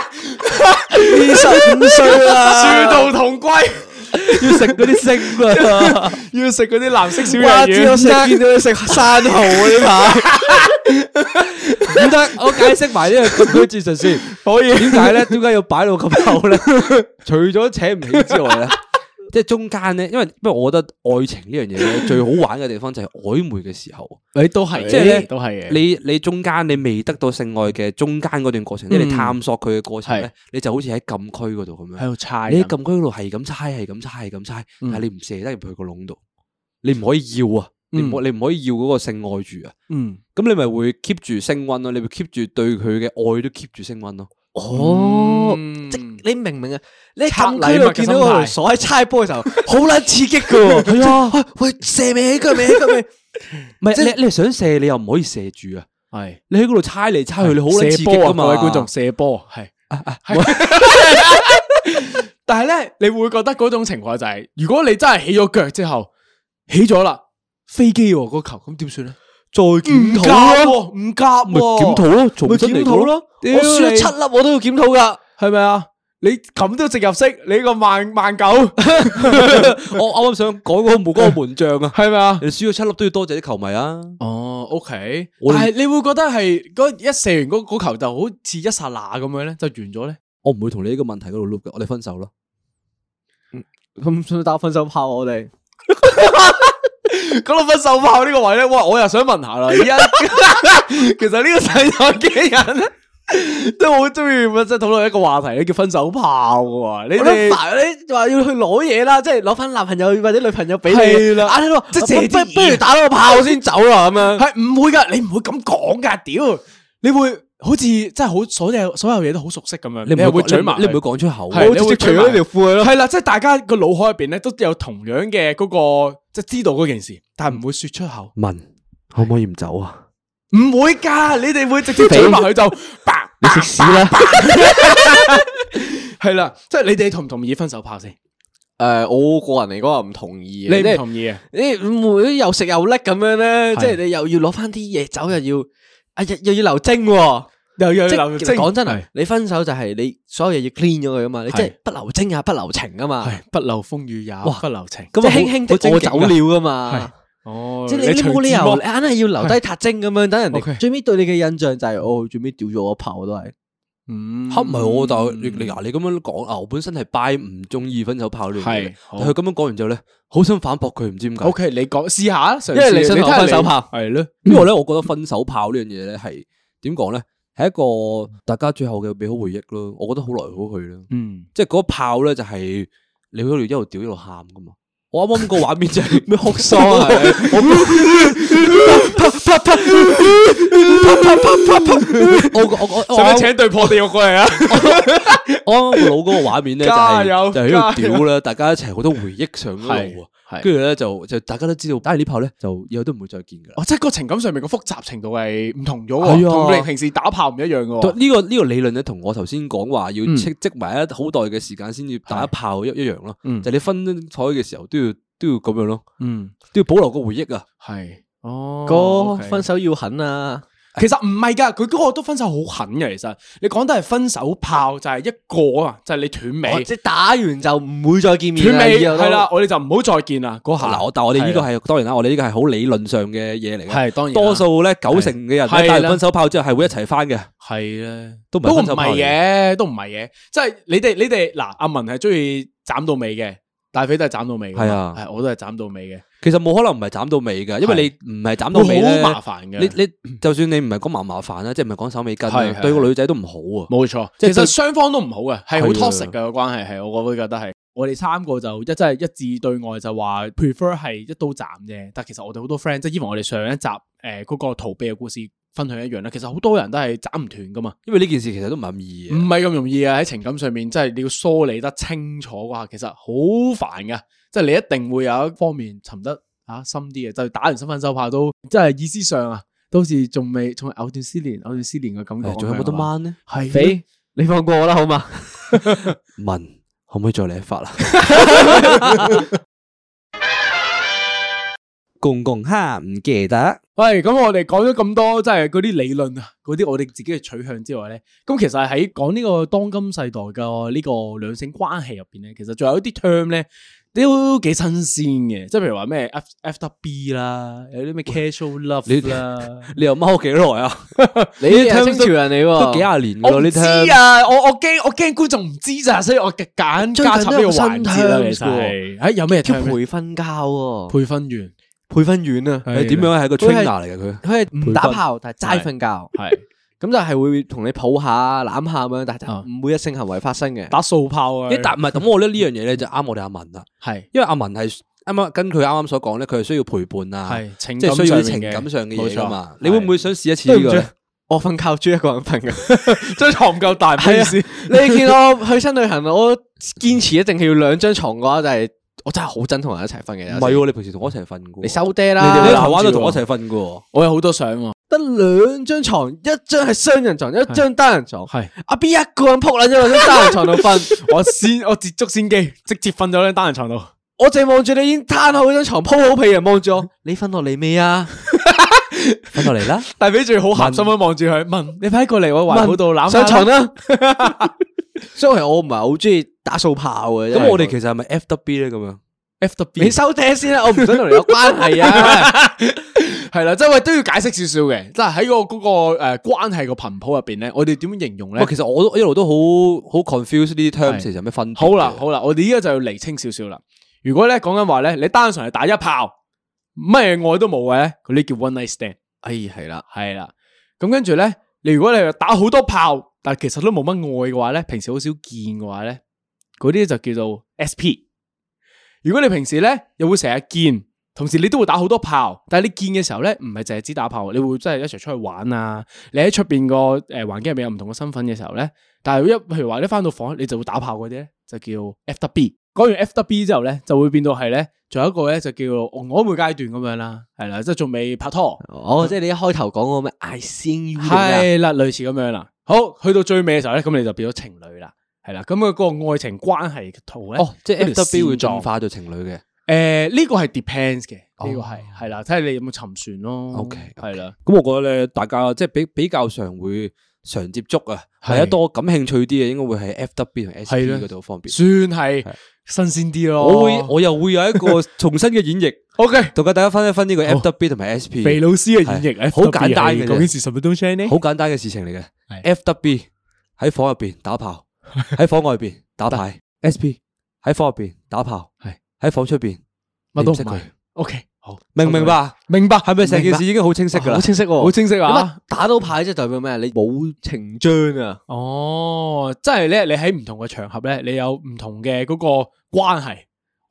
[SPEAKER 2] 二十五歲啦，
[SPEAKER 3] 殊途同歸，
[SPEAKER 2] 要食嗰啲星啦。
[SPEAKER 3] 要食嗰啲藍色小
[SPEAKER 2] 哇！
[SPEAKER 3] 人
[SPEAKER 2] 知我
[SPEAKER 3] 魚，
[SPEAKER 2] 成日見到你食生蚝啊！呢排唔得，我解釋埋呢個禁區戰術先。
[SPEAKER 3] 可以
[SPEAKER 2] 點解咧？點解要擺到咁後
[SPEAKER 3] <laughs>
[SPEAKER 2] 咧？除咗扯唔起之外咧， <laughs> 即係中間咧，因為不過我覺得愛情呢樣嘢咧，最好玩嘅地方就係曖昧嘅時候。
[SPEAKER 3] 你都係，
[SPEAKER 2] 即係咧
[SPEAKER 3] 都係嘅，
[SPEAKER 2] 你你中間你未得到性愛嘅中間嗰段過程，即係
[SPEAKER 3] 嗯
[SPEAKER 2] 你探索佢嘅過程
[SPEAKER 3] 係
[SPEAKER 2] 咧，你就好似喺禁區嗰度咁樣
[SPEAKER 3] 喺。度猜緊，
[SPEAKER 2] 你喺禁區嗰度係咁猜，係咁猜，係咁猜，但係你唔射得入去個窿度，你唔可以要啊！你唔可你唔可以要嗰個性愛住啊！
[SPEAKER 3] 嗯。
[SPEAKER 2] 咁你咪會 keep 住升温咯，你會 keep 住對佢嘅愛都 keep 住升温咯。
[SPEAKER 1] 哦，
[SPEAKER 3] 嗯
[SPEAKER 1] 即你明唔明啊？你
[SPEAKER 3] 拆
[SPEAKER 1] 喺禁區
[SPEAKER 3] 禮物
[SPEAKER 1] 度
[SPEAKER 3] 嘅
[SPEAKER 1] 見
[SPEAKER 3] 心
[SPEAKER 1] 到我
[SPEAKER 3] 態
[SPEAKER 1] 條鎖喺猜波嘅
[SPEAKER 3] <laughs>
[SPEAKER 1] 時候，好撚刺激噶喎！係啊，喂，射尾起腳，尾起腳，尾。
[SPEAKER 2] 唔係你你想射，你又唔可以射住啊！
[SPEAKER 3] 系
[SPEAKER 2] 你喺嗰度猜嚟猜去，你好撚
[SPEAKER 3] 射
[SPEAKER 2] 刺激
[SPEAKER 3] 波啊
[SPEAKER 2] 噶嘛，
[SPEAKER 3] 各位觀眾射波啊係。係 <laughs> 但係咧，你會覺得嗰種情況就係，如果你真係起咗腳之後，起咗啦，飛機喎嗰球，咁點算咧？
[SPEAKER 2] 再檢
[SPEAKER 3] 唔
[SPEAKER 2] 討
[SPEAKER 3] 夾
[SPEAKER 2] 咯，
[SPEAKER 3] 喎，唔夾
[SPEAKER 2] 咪
[SPEAKER 3] 喎
[SPEAKER 2] 檢討咯，重
[SPEAKER 1] 咪
[SPEAKER 2] 新
[SPEAKER 1] 檢討
[SPEAKER 2] 嚟討
[SPEAKER 1] 咯
[SPEAKER 2] 咯。，
[SPEAKER 1] 我
[SPEAKER 3] 屌
[SPEAKER 1] 輸咗
[SPEAKER 3] 你
[SPEAKER 1] 七粒我都要檢討噶。
[SPEAKER 3] 係咪啊？你咁都直入式，你個萬萬 <laughs> 九
[SPEAKER 2] 我啱啱想講嗰 <laughs> 個冇嗰個門將啊，
[SPEAKER 3] 係咪啊？
[SPEAKER 2] 你輸咗七粒都要多謝啲球迷啊！
[SPEAKER 3] 哦，OK，
[SPEAKER 2] 我哋
[SPEAKER 3] 但係你會覺得係嗰一射完嗰嗰球就好似一剎那咁樣咧，就完咗咧。
[SPEAKER 2] 我唔會同你呢個問題嗰度 loop 嘅，我哋分手咯。
[SPEAKER 1] 咁想打分手
[SPEAKER 3] 啊
[SPEAKER 1] 炮我 <laughs> 哋，
[SPEAKER 3] 講到分手炮呢個位咧，哇！我又想問下啦，
[SPEAKER 1] <laughs>
[SPEAKER 3] 而家其實呢個世代嘅人咧， <laughs> 都好中意即係討論一個話題咧，叫分手炮嘅喎。你
[SPEAKER 1] 我都
[SPEAKER 3] 哋
[SPEAKER 1] 煩你話要去攞嘢啦，即係攞翻男朋友或者女朋友俾你。
[SPEAKER 3] 係啦
[SPEAKER 1] 啊，你話
[SPEAKER 3] 即係
[SPEAKER 1] 不
[SPEAKER 3] 借支
[SPEAKER 1] 不不
[SPEAKER 3] 意
[SPEAKER 1] 如打咗個炮先走
[SPEAKER 3] <laughs>
[SPEAKER 1] 啦咁樣。
[SPEAKER 3] 係唔會噶，你唔會咁講噶，屌！你會好似即係好所有所有嘢都好熟悉咁樣，你
[SPEAKER 2] 唔
[SPEAKER 3] 係會
[SPEAKER 2] 講
[SPEAKER 3] 嘴埋佢，
[SPEAKER 2] 你唔會講出口。啊
[SPEAKER 3] 係你會除咗呢條
[SPEAKER 1] 褲
[SPEAKER 3] 係啦，即係大家個腦海入邊咧都有同樣嘅嗰個即係知道嗰件事，但係唔會說出口。
[SPEAKER 2] 問可唔可以唔走啊？
[SPEAKER 3] 唔會噶，你哋會直接嘴埋佢就 bang
[SPEAKER 1] 你食屎啦！
[SPEAKER 3] <laughs> 係啦，即係你哋同唔同意分手炮先？
[SPEAKER 1] 誒，我個人嚟講話唔同意嘅，
[SPEAKER 3] 你
[SPEAKER 1] 即
[SPEAKER 3] 唔
[SPEAKER 1] 係
[SPEAKER 3] 同意啊？
[SPEAKER 1] 你每又食又叻咁樣咧，
[SPEAKER 3] 係
[SPEAKER 1] 即係你又要攞翻啲嘢走，又要啊又又要留精喎。
[SPEAKER 3] 又又
[SPEAKER 1] 即
[SPEAKER 3] 留
[SPEAKER 1] 係
[SPEAKER 3] 精
[SPEAKER 1] 講真啊
[SPEAKER 3] 係，
[SPEAKER 1] 你分手就係你所有嘢要 clean 咗佢啊嘛，你即係
[SPEAKER 3] 係
[SPEAKER 1] 不留精啊，不留情啊嘛，
[SPEAKER 3] 系不留風雨也
[SPEAKER 2] 哇
[SPEAKER 3] 不留情。
[SPEAKER 1] 即
[SPEAKER 2] 咁啊
[SPEAKER 1] 係輕輕的我走了啊嘛。
[SPEAKER 3] 哦
[SPEAKER 1] 即係你你冇理由，你硬係要留低
[SPEAKER 3] 係
[SPEAKER 1] 塔精咁樣，等人
[SPEAKER 3] OK
[SPEAKER 1] 哋最尾對你嘅印象就係哦，最尾屌咗我炮都係。
[SPEAKER 3] 嗯
[SPEAKER 2] 吓唔係我，但係你你嗱你咁樣講啊，我本身係 buy 唔中意分手炮呢樣嘢
[SPEAKER 3] 係，
[SPEAKER 2] 但佢咁樣講完之後咧，好想反駁佢，唔知點解。
[SPEAKER 3] O K，你講試下啊，因
[SPEAKER 1] 因為你想同我分手炮
[SPEAKER 3] 系咯，
[SPEAKER 2] 因為咧，我覺得分手炮呢樣嘢咧係點講咧，係一個大家最後嘅美好回憶咯。我覺得好來好去咯，
[SPEAKER 3] 嗯，
[SPEAKER 2] 即係嗰炮咧就係你喺度一路屌一路喊噶嘛。我啱啱個畫
[SPEAKER 3] <laughs>
[SPEAKER 2] 面就係咩哭
[SPEAKER 1] 喪啊
[SPEAKER 3] 使唔使
[SPEAKER 2] 我我我我啱
[SPEAKER 3] 請對破地獄過嚟啊？
[SPEAKER 2] 我啱啱個腦嗰個畫面咧就係
[SPEAKER 3] <laughs> 加油
[SPEAKER 2] 就喺度
[SPEAKER 3] 加油
[SPEAKER 2] 屌啦，大家一齊好多回憶上嗰度啊。
[SPEAKER 1] 係
[SPEAKER 2] 跟住咧就就大家都知道，打完呢炮咧就以後都唔會再見噶啦。
[SPEAKER 3] 哦，即系个情感上面個複雜程度係唔同咗
[SPEAKER 2] 係
[SPEAKER 3] 喎，
[SPEAKER 2] 啊
[SPEAKER 3] 同你平時打炮唔一樣嘅喎。
[SPEAKER 2] 呢個呢個理論咧，同我頭先講話要
[SPEAKER 3] 嗯
[SPEAKER 2] 積積埋一好耐嘅時間先至打一炮一一樣咯。
[SPEAKER 3] 嗯
[SPEAKER 2] 就你分彩嘅時候都要都要咁樣咯，
[SPEAKER 3] 嗯，
[SPEAKER 2] 都要保留個回憶啊。
[SPEAKER 3] 係哦
[SPEAKER 1] 哥
[SPEAKER 3] OK
[SPEAKER 1] 分手要狠啊！
[SPEAKER 3] 其實唔係㗎，佢嗰個都分手好狠嘅。其實你講得係分手炮就係一個啊，就係你斷
[SPEAKER 1] 哦
[SPEAKER 3] 尾，
[SPEAKER 1] 即係打完就唔會再見面
[SPEAKER 3] 斷
[SPEAKER 1] 啦，
[SPEAKER 3] 尾
[SPEAKER 1] 以後都
[SPEAKER 3] 係啦，，我哋就唔好再見啦。嗰下
[SPEAKER 2] 嗱，我但係我哋呢個係當然啦，我哋呢個係好理論上嘅嘢嚟嘅。
[SPEAKER 3] 啊係當然啦
[SPEAKER 2] 多數咧九成嘅人
[SPEAKER 3] 係
[SPEAKER 2] 咧打完
[SPEAKER 3] 啦
[SPEAKER 2] 分手炮之後係會一齊翻嘅。
[SPEAKER 3] 係咧，
[SPEAKER 2] 都唔係
[SPEAKER 3] 都唔
[SPEAKER 2] 分手炮嚟
[SPEAKER 3] 係嘅，都唔係嘅。即係你哋你哋嗱，阿文係中意斬到尾嘅，大肥都係斬到尾㗎嘛。
[SPEAKER 2] 係啊
[SPEAKER 3] 係我都係斬到尾嘅，
[SPEAKER 2] 其實冇可能唔係斬到尾嘅，因為你唔係斬到尾
[SPEAKER 3] 會
[SPEAKER 2] 咧，
[SPEAKER 3] 好麻煩嘅。
[SPEAKER 2] 你你就算你唔係講麻唔麻煩啦，即係唔係講手尾筋
[SPEAKER 3] 係
[SPEAKER 2] 啊，
[SPEAKER 3] 係
[SPEAKER 2] 對個女仔都唔好啊。
[SPEAKER 3] 冇錯，
[SPEAKER 2] 即係
[SPEAKER 3] 其
[SPEAKER 2] 對
[SPEAKER 3] 實雙方都唔好嘅，係好
[SPEAKER 2] 係啊
[SPEAKER 3] toxic 嘅個關係，係我會覺得係。我哋三個就一真係一致對外就話 prefer 係一刀斬啫，但其實我哋好多 friend 即係 even 我哋上一集誒呃嗰、個逃避嘅故事分享一樣啦，其實好多人都係斬唔斷噶嘛，
[SPEAKER 2] 因為呢件事其實都唔係咁易
[SPEAKER 3] 唔
[SPEAKER 2] 嘅。
[SPEAKER 3] 係咁容易啊喺情感上面，即係你要梳理得清楚嘅話，其實好煩噶，即係你一定會有一方面沉得啊、深啲嘅，就打完身分手炮都即係意思上啊，都似仲未仲係藕斷絲連、藕斷絲連嘅感覺咁樣
[SPEAKER 2] 誒
[SPEAKER 3] 啊，
[SPEAKER 2] 仲有冇得掹呢？
[SPEAKER 3] 係咯
[SPEAKER 1] 肥你放過我啦，好嘛？
[SPEAKER 2] 問可唔可以再嚟
[SPEAKER 3] <laughs>
[SPEAKER 2] 一發啦？啊公公哈唔記得，
[SPEAKER 3] 喂，咁我哋講咗咁多，即係嗰啲理論啊，嗰啲我哋自己嘅取向之外咧，咁其實喺講呢個當今世代嘅呢個兩性關係入邊咧，其實仲有一啲 term 咧都幾新鮮嘅，即係譬如話咩 F F W B 啦，有啲咩 casual
[SPEAKER 2] 你
[SPEAKER 3] love 啦，
[SPEAKER 2] 你又踎幾耐啊？
[SPEAKER 1] 你
[SPEAKER 2] 呢
[SPEAKER 1] 係
[SPEAKER 2] terms
[SPEAKER 1] 清朝人嚟
[SPEAKER 2] 都
[SPEAKER 1] 喎，
[SPEAKER 2] 幾廿年噶
[SPEAKER 3] 哦我
[SPEAKER 2] 咯
[SPEAKER 3] 唔
[SPEAKER 2] 呢
[SPEAKER 3] 知
[SPEAKER 2] term。
[SPEAKER 3] 啊，我我驚我驚觀眾唔知咋，所以我夾揀加插呢個環節啦，其實係，誒哎有咩
[SPEAKER 1] 叫
[SPEAKER 3] term 呢
[SPEAKER 1] 培訓教喎，
[SPEAKER 3] 培訓員
[SPEAKER 1] 培訓院啊，
[SPEAKER 3] 係
[SPEAKER 2] 你點樣係個
[SPEAKER 1] 佢係
[SPEAKER 2] trainer 嚟嘅佢？
[SPEAKER 1] 佢係唔打炮，但係齋瞓覺，
[SPEAKER 2] <laughs>
[SPEAKER 3] 係
[SPEAKER 1] 咁就係會同你抱下攬下咁樣，但係
[SPEAKER 3] 啊
[SPEAKER 1] 就唔會有性行為發生嘅。
[SPEAKER 3] 打掃炮啊，
[SPEAKER 2] 一但唔係咁，我覺得呢樣嘢咧就啱我哋阿文啦，
[SPEAKER 3] 係
[SPEAKER 2] 因為阿文係啱啱跟佢啱啱所講咧，佢係需要陪伴啊，
[SPEAKER 3] 係情
[SPEAKER 2] 即
[SPEAKER 3] 感
[SPEAKER 2] 係需要
[SPEAKER 3] 上
[SPEAKER 2] 啲情
[SPEAKER 3] 面嘅
[SPEAKER 2] 感上嘅
[SPEAKER 3] 冇
[SPEAKER 2] 嘢
[SPEAKER 3] 錯
[SPEAKER 2] 噶嘛。你會唔會想試一次
[SPEAKER 1] 對唔
[SPEAKER 2] 呢個
[SPEAKER 1] 住
[SPEAKER 2] 咧？，
[SPEAKER 1] 我瞓覺，豬一個人瞓嘅。
[SPEAKER 3] <laughs> 張床唔夠大，唔好意思。
[SPEAKER 1] 你見我去新旅行，我堅持一定係要兩張床嘅話，就係我真係好憎同人一齊瞓嘅。
[SPEAKER 2] 唔
[SPEAKER 1] 唔
[SPEAKER 2] 係喎，你平時同我一齊瞓噶，
[SPEAKER 1] 你收爹
[SPEAKER 2] 啊你哋
[SPEAKER 1] 啦！
[SPEAKER 2] 喺
[SPEAKER 3] 你
[SPEAKER 2] 台
[SPEAKER 3] 哋
[SPEAKER 2] 灣
[SPEAKER 3] 攬
[SPEAKER 2] 都
[SPEAKER 3] 住
[SPEAKER 2] 同我一齊
[SPEAKER 3] 喎
[SPEAKER 2] 瞓噶。
[SPEAKER 3] 我有好多相喎，
[SPEAKER 1] 得兩張床，一張係雙人床，一張單人床。
[SPEAKER 3] 係
[SPEAKER 1] 阿 B 一個人撲撚咗落張單人床度瞓，
[SPEAKER 3] <laughs> 我先我捷足先機，直接瞓咗喺單人床度。
[SPEAKER 1] 我淨係望住你已經攤好張床，鋪好被人望住我，你瞓落嚟未
[SPEAKER 2] <laughs>
[SPEAKER 1] 啊？
[SPEAKER 2] 瞓落嚟啦，
[SPEAKER 3] 大髀最好鹹心咁望住佢，問你快啲過嚟我懷抱度攬下
[SPEAKER 1] 上
[SPEAKER 3] 啦
[SPEAKER 1] 床。啦。 <laughs> 所以我唔係好中意打掃炮嘅。
[SPEAKER 2] 咁我哋其實係咪 FW 咧咁樣？
[SPEAKER 3] F W
[SPEAKER 1] 你收嗲先啦，我唔想同你有關係啊。
[SPEAKER 3] <laughs> 係啦，即係喂都要解釋少少嘅，即係喺個嗰個誒關係個頻譜入邊咧，我哋點樣形容
[SPEAKER 2] 喂，
[SPEAKER 3] 咧？
[SPEAKER 2] 其實我都一路都好好 confuse 呢啲 terms
[SPEAKER 3] 係
[SPEAKER 2] 其實有咩分別嘅
[SPEAKER 3] 好啦好啦，我哋依家就要厘清少少啦。如果咧講緊話咧，你單純係打一炮，咩愛都冇嘅咧，嗰啲叫 one night stand。
[SPEAKER 1] 哎，係啦，
[SPEAKER 3] 係啦，咁跟住咧，你如果你打好多炮，但其實都冇乜愛嘅話咧，平時好少見嘅話咧，嗰啲就叫做 SP。如果你平時咧又會成日見，同時你都會打好多炮，但係你見嘅時候咧，唔係淨係只打炮，你會真係一齊出去玩啊！你喺出邊個誒環境入面有唔同嘅身份嘅時候咧，但係一譬如話你翻到房，你就會打炮嗰啲咧，就叫 FWB。講完 FWB 之後咧，就會變到係咧，仲有一個咧就叫做曖昧階段咁樣啦，係啦，即係仲未拍拖。
[SPEAKER 1] 哦，即係你一開頭講嗰個咩 I see you 定咩啊
[SPEAKER 3] 系啦，類似咁樣啦。好，去到最尾嘅時候咧，咁你就變咗情侶啦，係啦。咁佢個愛情關係圖咧，
[SPEAKER 2] 哦，即係
[SPEAKER 3] 嗰條
[SPEAKER 2] FW 會
[SPEAKER 3] 線
[SPEAKER 2] 進
[SPEAKER 3] 狀
[SPEAKER 2] 化做情侶嘅。
[SPEAKER 3] 诶，呢個係 depends 嘅，
[SPEAKER 2] 哦
[SPEAKER 3] 呢個係係啦，睇下你有冇沉船咯。
[SPEAKER 2] OK，OK
[SPEAKER 3] 係啦，
[SPEAKER 2] 咁我覺得咧，大家即係比比較常會常接觸啊，
[SPEAKER 3] 係
[SPEAKER 2] 或者多感興趣啲嘅，應該會喺 FW 同 SP
[SPEAKER 3] 係啦
[SPEAKER 2] 嗰度方便。
[SPEAKER 3] 算係
[SPEAKER 2] 係
[SPEAKER 3] 新鮮啲咯。
[SPEAKER 2] 我會我又會有一個重新嘅演繹， <laughs>
[SPEAKER 3] OK，
[SPEAKER 2] 同大家分一分呢個
[SPEAKER 3] 好
[SPEAKER 2] FW 同埋 SP，
[SPEAKER 3] 肥老師嘅演繹
[SPEAKER 2] 係好簡單嘅啫
[SPEAKER 3] 究竟是什麼東西呢？
[SPEAKER 2] 好簡單嘅事情嚟嘅。
[SPEAKER 3] 係
[SPEAKER 2] FW 喺房入邊打
[SPEAKER 3] <laughs>
[SPEAKER 2] 炮，喺房外邊打牌；SP 喺房入邊打炮，
[SPEAKER 3] 係
[SPEAKER 2] 喺房出邊
[SPEAKER 3] 乜都
[SPEAKER 2] 唔
[SPEAKER 3] 唔
[SPEAKER 2] 識佢
[SPEAKER 3] 係。OK，好，
[SPEAKER 2] 明唔明白？
[SPEAKER 3] 明白，
[SPEAKER 2] 係咪成件事已經好清晰㗎啦
[SPEAKER 1] 啊好？清晰喎，
[SPEAKER 3] 好清晰
[SPEAKER 1] 咁
[SPEAKER 3] 啊
[SPEAKER 1] 啊？，打到牌即係代表咩？你冇情章啊！
[SPEAKER 3] 哦，即係咧，你喺唔同嘅場合咧，你有唔同嘅嗰個關係。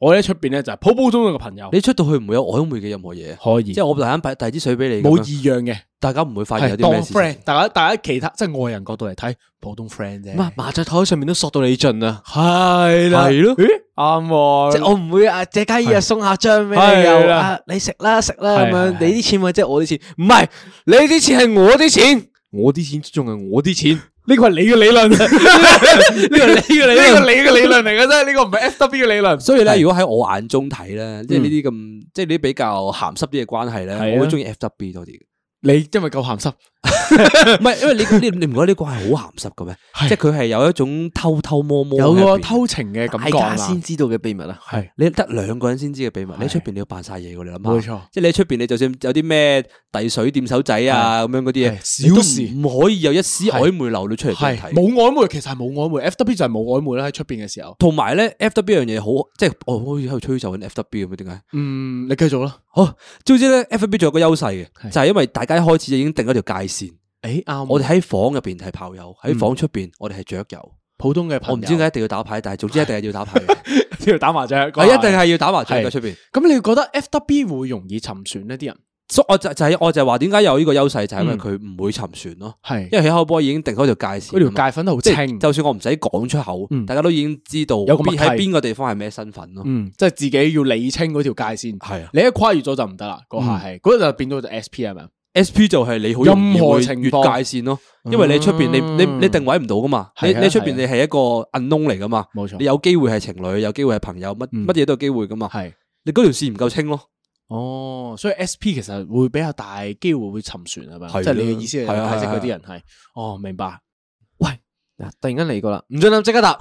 [SPEAKER 3] 我喺出邊咧就係普普通通嘅朋友，
[SPEAKER 2] 你出到去唔會有曖昧嘅任何嘢，
[SPEAKER 3] 可以
[SPEAKER 2] 即係我突然間遞遞支水俾你，
[SPEAKER 3] 冇
[SPEAKER 2] 咁樣
[SPEAKER 3] 異樣嘅。
[SPEAKER 2] 大家唔會發現有
[SPEAKER 3] 係
[SPEAKER 2] 啲
[SPEAKER 3] 當
[SPEAKER 2] 咩事情
[SPEAKER 3] friend，。大家大家其他即係外人角度嚟睇普通 friend 啫。
[SPEAKER 1] 咁啊，麻雀台上面都索到你盡啊！
[SPEAKER 3] 係啦，
[SPEAKER 2] 係咯
[SPEAKER 3] 咦，啱喎，
[SPEAKER 1] 即系我唔會啊，借雞翼啊送下張俾你
[SPEAKER 3] 係
[SPEAKER 1] 又
[SPEAKER 3] 啦
[SPEAKER 1] 啊，你食啦食啦咁
[SPEAKER 3] 係
[SPEAKER 1] 樣，
[SPEAKER 3] 係
[SPEAKER 1] 你啲錢咪即係我啲錢，唔係你啲錢係我啲錢，我啲錢仲係我啲錢，呢
[SPEAKER 3] 呢個係你嘅理論，呢個係你嘅理
[SPEAKER 1] 個
[SPEAKER 3] 論，
[SPEAKER 1] 你嘅理論嚟嘅啫，呢個唔係 F W 理論。
[SPEAKER 2] 所以咧，如果喺我眼中睇咧，即係呢啲咁，即係呢啲比較鹹濕啲嘅關係
[SPEAKER 3] 嗯係
[SPEAKER 2] 咧，
[SPEAKER 3] 啊
[SPEAKER 2] 我會中意 FW 多啲嘅。
[SPEAKER 3] 你因為夠鹹濕，
[SPEAKER 2] 唔係，因為你你你唔覺得呢個係好鹹濕嘅咩？即係佢係有一種偷偷摸摸，
[SPEAKER 3] 有啊個偷情嘅感覺
[SPEAKER 1] 大家
[SPEAKER 3] 啦
[SPEAKER 1] 先。知道嘅秘密啊，
[SPEAKER 3] 係
[SPEAKER 2] 你得兩個人先知嘅秘密，你喺出邊你要扮晒嘢喎，你諗下。
[SPEAKER 3] 冇錯
[SPEAKER 2] 即係你喺出邊你就算有啲咩遞水掂手仔啊咁樣嗰啲嘢，
[SPEAKER 3] 係
[SPEAKER 2] 你都
[SPEAKER 3] 小事
[SPEAKER 2] 唔可以有一絲曖昧流露出嚟俾人
[SPEAKER 3] 係
[SPEAKER 2] 睇。
[SPEAKER 3] 冇曖昧，其實係冇曖昧，F W 就係冇曖昧啦。喺出邊嘅時候，
[SPEAKER 2] 同埋咧，F.W. 樣嘢好，即係哦我好似喺度吹奏緊 F.W. 咁樣，點解？
[SPEAKER 3] 嗯，你繼續啦。
[SPEAKER 2] 好，總之咧，F.W. 仲有個優勢嘅，
[SPEAKER 3] 係
[SPEAKER 2] 就係因為大家一開始就已經定咗條界線。
[SPEAKER 3] 誒啱，
[SPEAKER 2] 我哋喺房入邊係炮友，喺房出邊我哋係雀友。
[SPEAKER 3] 普通嗯嘅朋友，
[SPEAKER 2] 我唔知點解一定要打牌，但係總之一定係要
[SPEAKER 3] <laughs>
[SPEAKER 2] 打牌嘅，
[SPEAKER 3] 解要打麻雀，
[SPEAKER 2] 我一定係要打麻雀嘅
[SPEAKER 3] 係
[SPEAKER 2] 出邊。
[SPEAKER 3] 咁你覺得 F W 會容易沉船呢啲人
[SPEAKER 2] 所以我就就係我就係話點解有呢個優勢，就係因
[SPEAKER 3] 嗯
[SPEAKER 2] 為佢唔會沉船咯。
[SPEAKER 3] 係
[SPEAKER 2] 因為起口波已經定咗條界線啊
[SPEAKER 3] 嗰
[SPEAKER 2] 嘛，
[SPEAKER 3] 條界粉都好
[SPEAKER 2] 即係
[SPEAKER 3] 清，
[SPEAKER 2] 就算我唔使講出口，
[SPEAKER 3] 嗯
[SPEAKER 2] 大家都已經知道
[SPEAKER 3] 有個默
[SPEAKER 2] 邊
[SPEAKER 3] 契
[SPEAKER 2] 喺邊個地方係咩身份咯。
[SPEAKER 3] 嗯，即係自己要理清嗰條界線。
[SPEAKER 2] 係啊
[SPEAKER 3] 你一跨越咗就唔得啦，嗰下係嗰就變咗就 S P 係咪？
[SPEAKER 2] ，S.P. 就係你好容易
[SPEAKER 3] 任何
[SPEAKER 2] 會
[SPEAKER 3] 情況
[SPEAKER 2] 越界線咯，因為你出邊你你
[SPEAKER 3] 嗯
[SPEAKER 2] 你定位唔到噶嘛，你
[SPEAKER 3] 係啊
[SPEAKER 2] 你出邊你
[SPEAKER 3] 係
[SPEAKER 2] 係一個 unknown 嚟噶嘛，
[SPEAKER 3] 冇錯
[SPEAKER 2] 你有機會係情侶，有機會係朋友，乜
[SPEAKER 3] 嗯
[SPEAKER 2] 乜嘢都有機會噶嘛。
[SPEAKER 3] 係
[SPEAKER 2] 你嗰條線唔夠
[SPEAKER 3] 嗯
[SPEAKER 2] 清咯，
[SPEAKER 3] 哦，所以 S P 其實會比較大機會會沉船係咪？
[SPEAKER 2] 係
[SPEAKER 3] 即係你嘅意思係
[SPEAKER 2] 係啊
[SPEAKER 3] 解釋
[SPEAKER 2] 係啊
[SPEAKER 3] 嗰啲人係哦，明白。
[SPEAKER 1] 嗱突然間嚟過啦，唔准諗即刻答，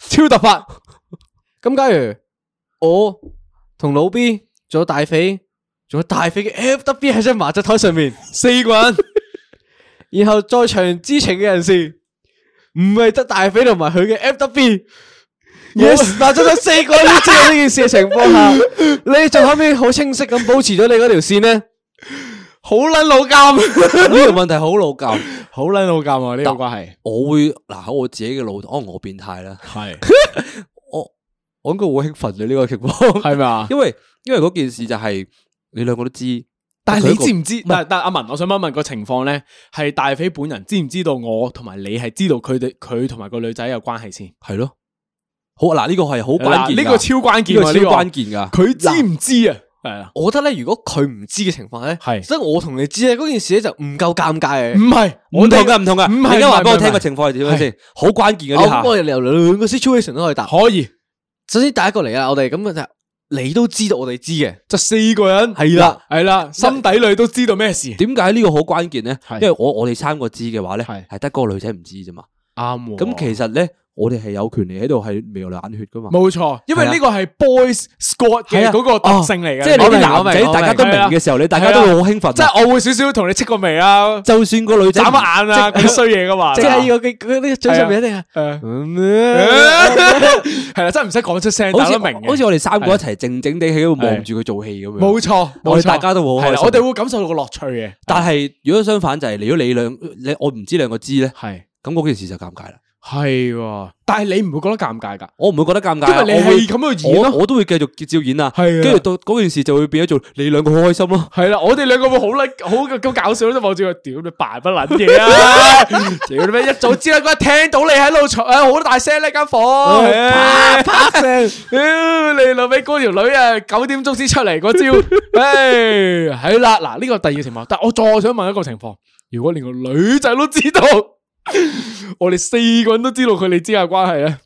[SPEAKER 1] 超突發。咁假如我同老 B，仲有大肥，仲有大肥嘅 F W 喺張麻雀台上面，四個 <laughs> 人，然後在場知情嘅人士，唔係得大肥同埋佢嘅 F W。yes，麻雀台四個人都知道呢件事嘅情況下，你仲可唔可以好清晰咁保持咗你嗰條線呢？好撚老監，
[SPEAKER 2] 呢個問題好老舊。
[SPEAKER 3] 好撚老尷啊！呢個關係
[SPEAKER 2] 我會嗱喺我自己嘅腦，可能我變態
[SPEAKER 3] <laughs>
[SPEAKER 2] 啦，
[SPEAKER 3] 係
[SPEAKER 2] 我我應該好興奮嘅呢個情況，
[SPEAKER 3] 係咪啊？
[SPEAKER 2] <laughs> 因為因為嗰件事就係你兩個都知，
[SPEAKER 3] 但係你知
[SPEAKER 2] 唔
[SPEAKER 3] 唔知？但但阿文，我想問一問個情況咧，係大肥本人知唔知道我同埋你係知道佢哋佢同埋個女仔有關係先？
[SPEAKER 2] 係咯？好嗱，呢個係好關鍵
[SPEAKER 3] 嗱
[SPEAKER 2] 㗎，
[SPEAKER 3] 呢個超關鍵啊，
[SPEAKER 2] 呢個
[SPEAKER 3] 呢個
[SPEAKER 2] 超關鍵㗎。
[SPEAKER 3] 佢知唔知啊？係啊，
[SPEAKER 1] 我覺得咧，如果佢唔知嘅情況咧，
[SPEAKER 3] 係
[SPEAKER 1] 即係我同你知咧，嗰件事咧就唔夠尷尬嘅
[SPEAKER 3] 唔。係
[SPEAKER 2] 唔同噶，唔同噶。
[SPEAKER 3] 唔
[SPEAKER 2] 你
[SPEAKER 3] 係
[SPEAKER 2] 而家話俾我
[SPEAKER 3] 唔係
[SPEAKER 2] 聽
[SPEAKER 3] 唔係
[SPEAKER 2] 個情況係點樣先？好關鍵嘅呢
[SPEAKER 1] 我
[SPEAKER 2] 下
[SPEAKER 1] 我，哋由兩個 situation 都可以答。
[SPEAKER 3] 可以
[SPEAKER 1] 首先第一個嚟啊，我哋咁嘅就係你都知道我哋知
[SPEAKER 2] 啊
[SPEAKER 1] 嘅，
[SPEAKER 3] 就四個人
[SPEAKER 1] 係啦，
[SPEAKER 3] 係啦，心底裏都知道咩事。
[SPEAKER 2] 點解呢個好關鍵咧？因
[SPEAKER 3] 係
[SPEAKER 2] 為我我哋三個知嘅話咧，
[SPEAKER 3] 係
[SPEAKER 2] 係得嗰個女仔唔知啫嘛。
[SPEAKER 3] 啱喎
[SPEAKER 2] 咁其實咧，我哋係有權利喺度係未來眼血噶嘛。
[SPEAKER 3] 冇錯，因為
[SPEAKER 2] 係啊
[SPEAKER 3] 呢個係 boys squad
[SPEAKER 2] 係
[SPEAKER 3] 嘅
[SPEAKER 2] 啊
[SPEAKER 3] 嗰個特性嚟嘅，
[SPEAKER 2] 即係你啲
[SPEAKER 3] 我
[SPEAKER 2] 男
[SPEAKER 3] 明
[SPEAKER 2] 仔大家都明嘅時候，你大家都會好興奮。啊
[SPEAKER 3] 即係我會少少同你戚個眉啊，
[SPEAKER 2] 就算個女仔
[SPEAKER 3] 眨下眼啊，咁衰嘢噶嘛，
[SPEAKER 1] 即係呢個嘅嗰呢個嘴上面一定係
[SPEAKER 3] 誒
[SPEAKER 1] 嗯
[SPEAKER 3] 啊 <laughs> 係啦，真係唔使講出聲，
[SPEAKER 2] 好
[SPEAKER 3] 大家
[SPEAKER 2] 似
[SPEAKER 3] 都明嘅
[SPEAKER 2] 好似我哋三個一齊靜靜地喺度望住佢做戲咁樣。
[SPEAKER 3] 冇錯，
[SPEAKER 2] 我
[SPEAKER 3] 冇
[SPEAKER 2] 哋
[SPEAKER 3] 錯
[SPEAKER 2] 大家都會好
[SPEAKER 3] 係
[SPEAKER 2] 開
[SPEAKER 3] 啦
[SPEAKER 2] 心。
[SPEAKER 3] 我哋會感受到個樂趣嘅，
[SPEAKER 2] 但係如果相反就係，如果你兩你我唔知兩個知咧，
[SPEAKER 3] 係
[SPEAKER 2] 咁嗰件事就尷尬啦。
[SPEAKER 3] 係喎，但係你唔會覺得尷尬㗎？
[SPEAKER 2] 我唔會覺得尷尬啊，
[SPEAKER 3] 因為你
[SPEAKER 2] 我會
[SPEAKER 3] 係咁去演
[SPEAKER 2] 我
[SPEAKER 3] 咯，
[SPEAKER 2] 我都會繼續照演啊，
[SPEAKER 3] 係啊
[SPEAKER 2] 跟住到嗰件事就會變咗做你兩個好開心咯。
[SPEAKER 3] 係啦，我哋兩個會好叻，好咁搞笑都望住佢，屌你扮乜撚嘢 <laughs> 啊！屌你咩，一早知啦，嗰日聽到你喺度嘈，啊好大聲呢間房，
[SPEAKER 1] 啪啪聲，
[SPEAKER 3] 哎屌你老尾嗰條女啊，九點鐘先出嚟嗰
[SPEAKER 1] <laughs>
[SPEAKER 3] 招，唉，係啦，嗱呢個第二個情況，但我再想問一個情況，如果連個女仔都知道， <laughs> 我哋四個人都知道佢哋之間嘅關係咧，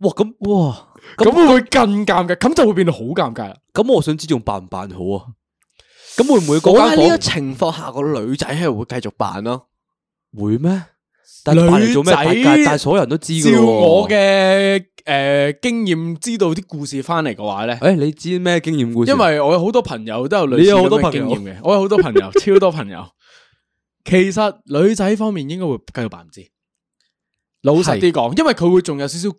[SPEAKER 2] 哇，咁哇，
[SPEAKER 3] 咁會唔會更尷尬？咁就會變到好尷尬啦。
[SPEAKER 2] 咁我想知仲扮唔扮好啊？咁會唔會
[SPEAKER 1] 我
[SPEAKER 2] 嗰
[SPEAKER 1] 覺得呢個
[SPEAKER 2] 間
[SPEAKER 1] 情況下個女仔係會繼續扮咯。
[SPEAKER 2] 房會咩？但係扮嚟做
[SPEAKER 3] 女
[SPEAKER 2] 咩？大
[SPEAKER 3] 仔
[SPEAKER 2] 家但係所有人都知㗎
[SPEAKER 3] 照
[SPEAKER 2] 喎
[SPEAKER 3] 我，嘅诶经驗，知道啲故事翻嚟嘅話咧，
[SPEAKER 2] 誒，你知咩經驗故事？
[SPEAKER 3] 因為我有好多朋友都有類
[SPEAKER 2] 你
[SPEAKER 3] 似
[SPEAKER 2] 有好
[SPEAKER 3] 咁
[SPEAKER 2] 多
[SPEAKER 3] 嘅
[SPEAKER 2] 朋
[SPEAKER 3] 經
[SPEAKER 2] 友
[SPEAKER 3] 驗嘅，我有好多朋
[SPEAKER 2] <laughs>
[SPEAKER 3] 友，超多朋友。其實女仔方面應該會繼續扮唔知，老實啲講，因為佢會仲有少少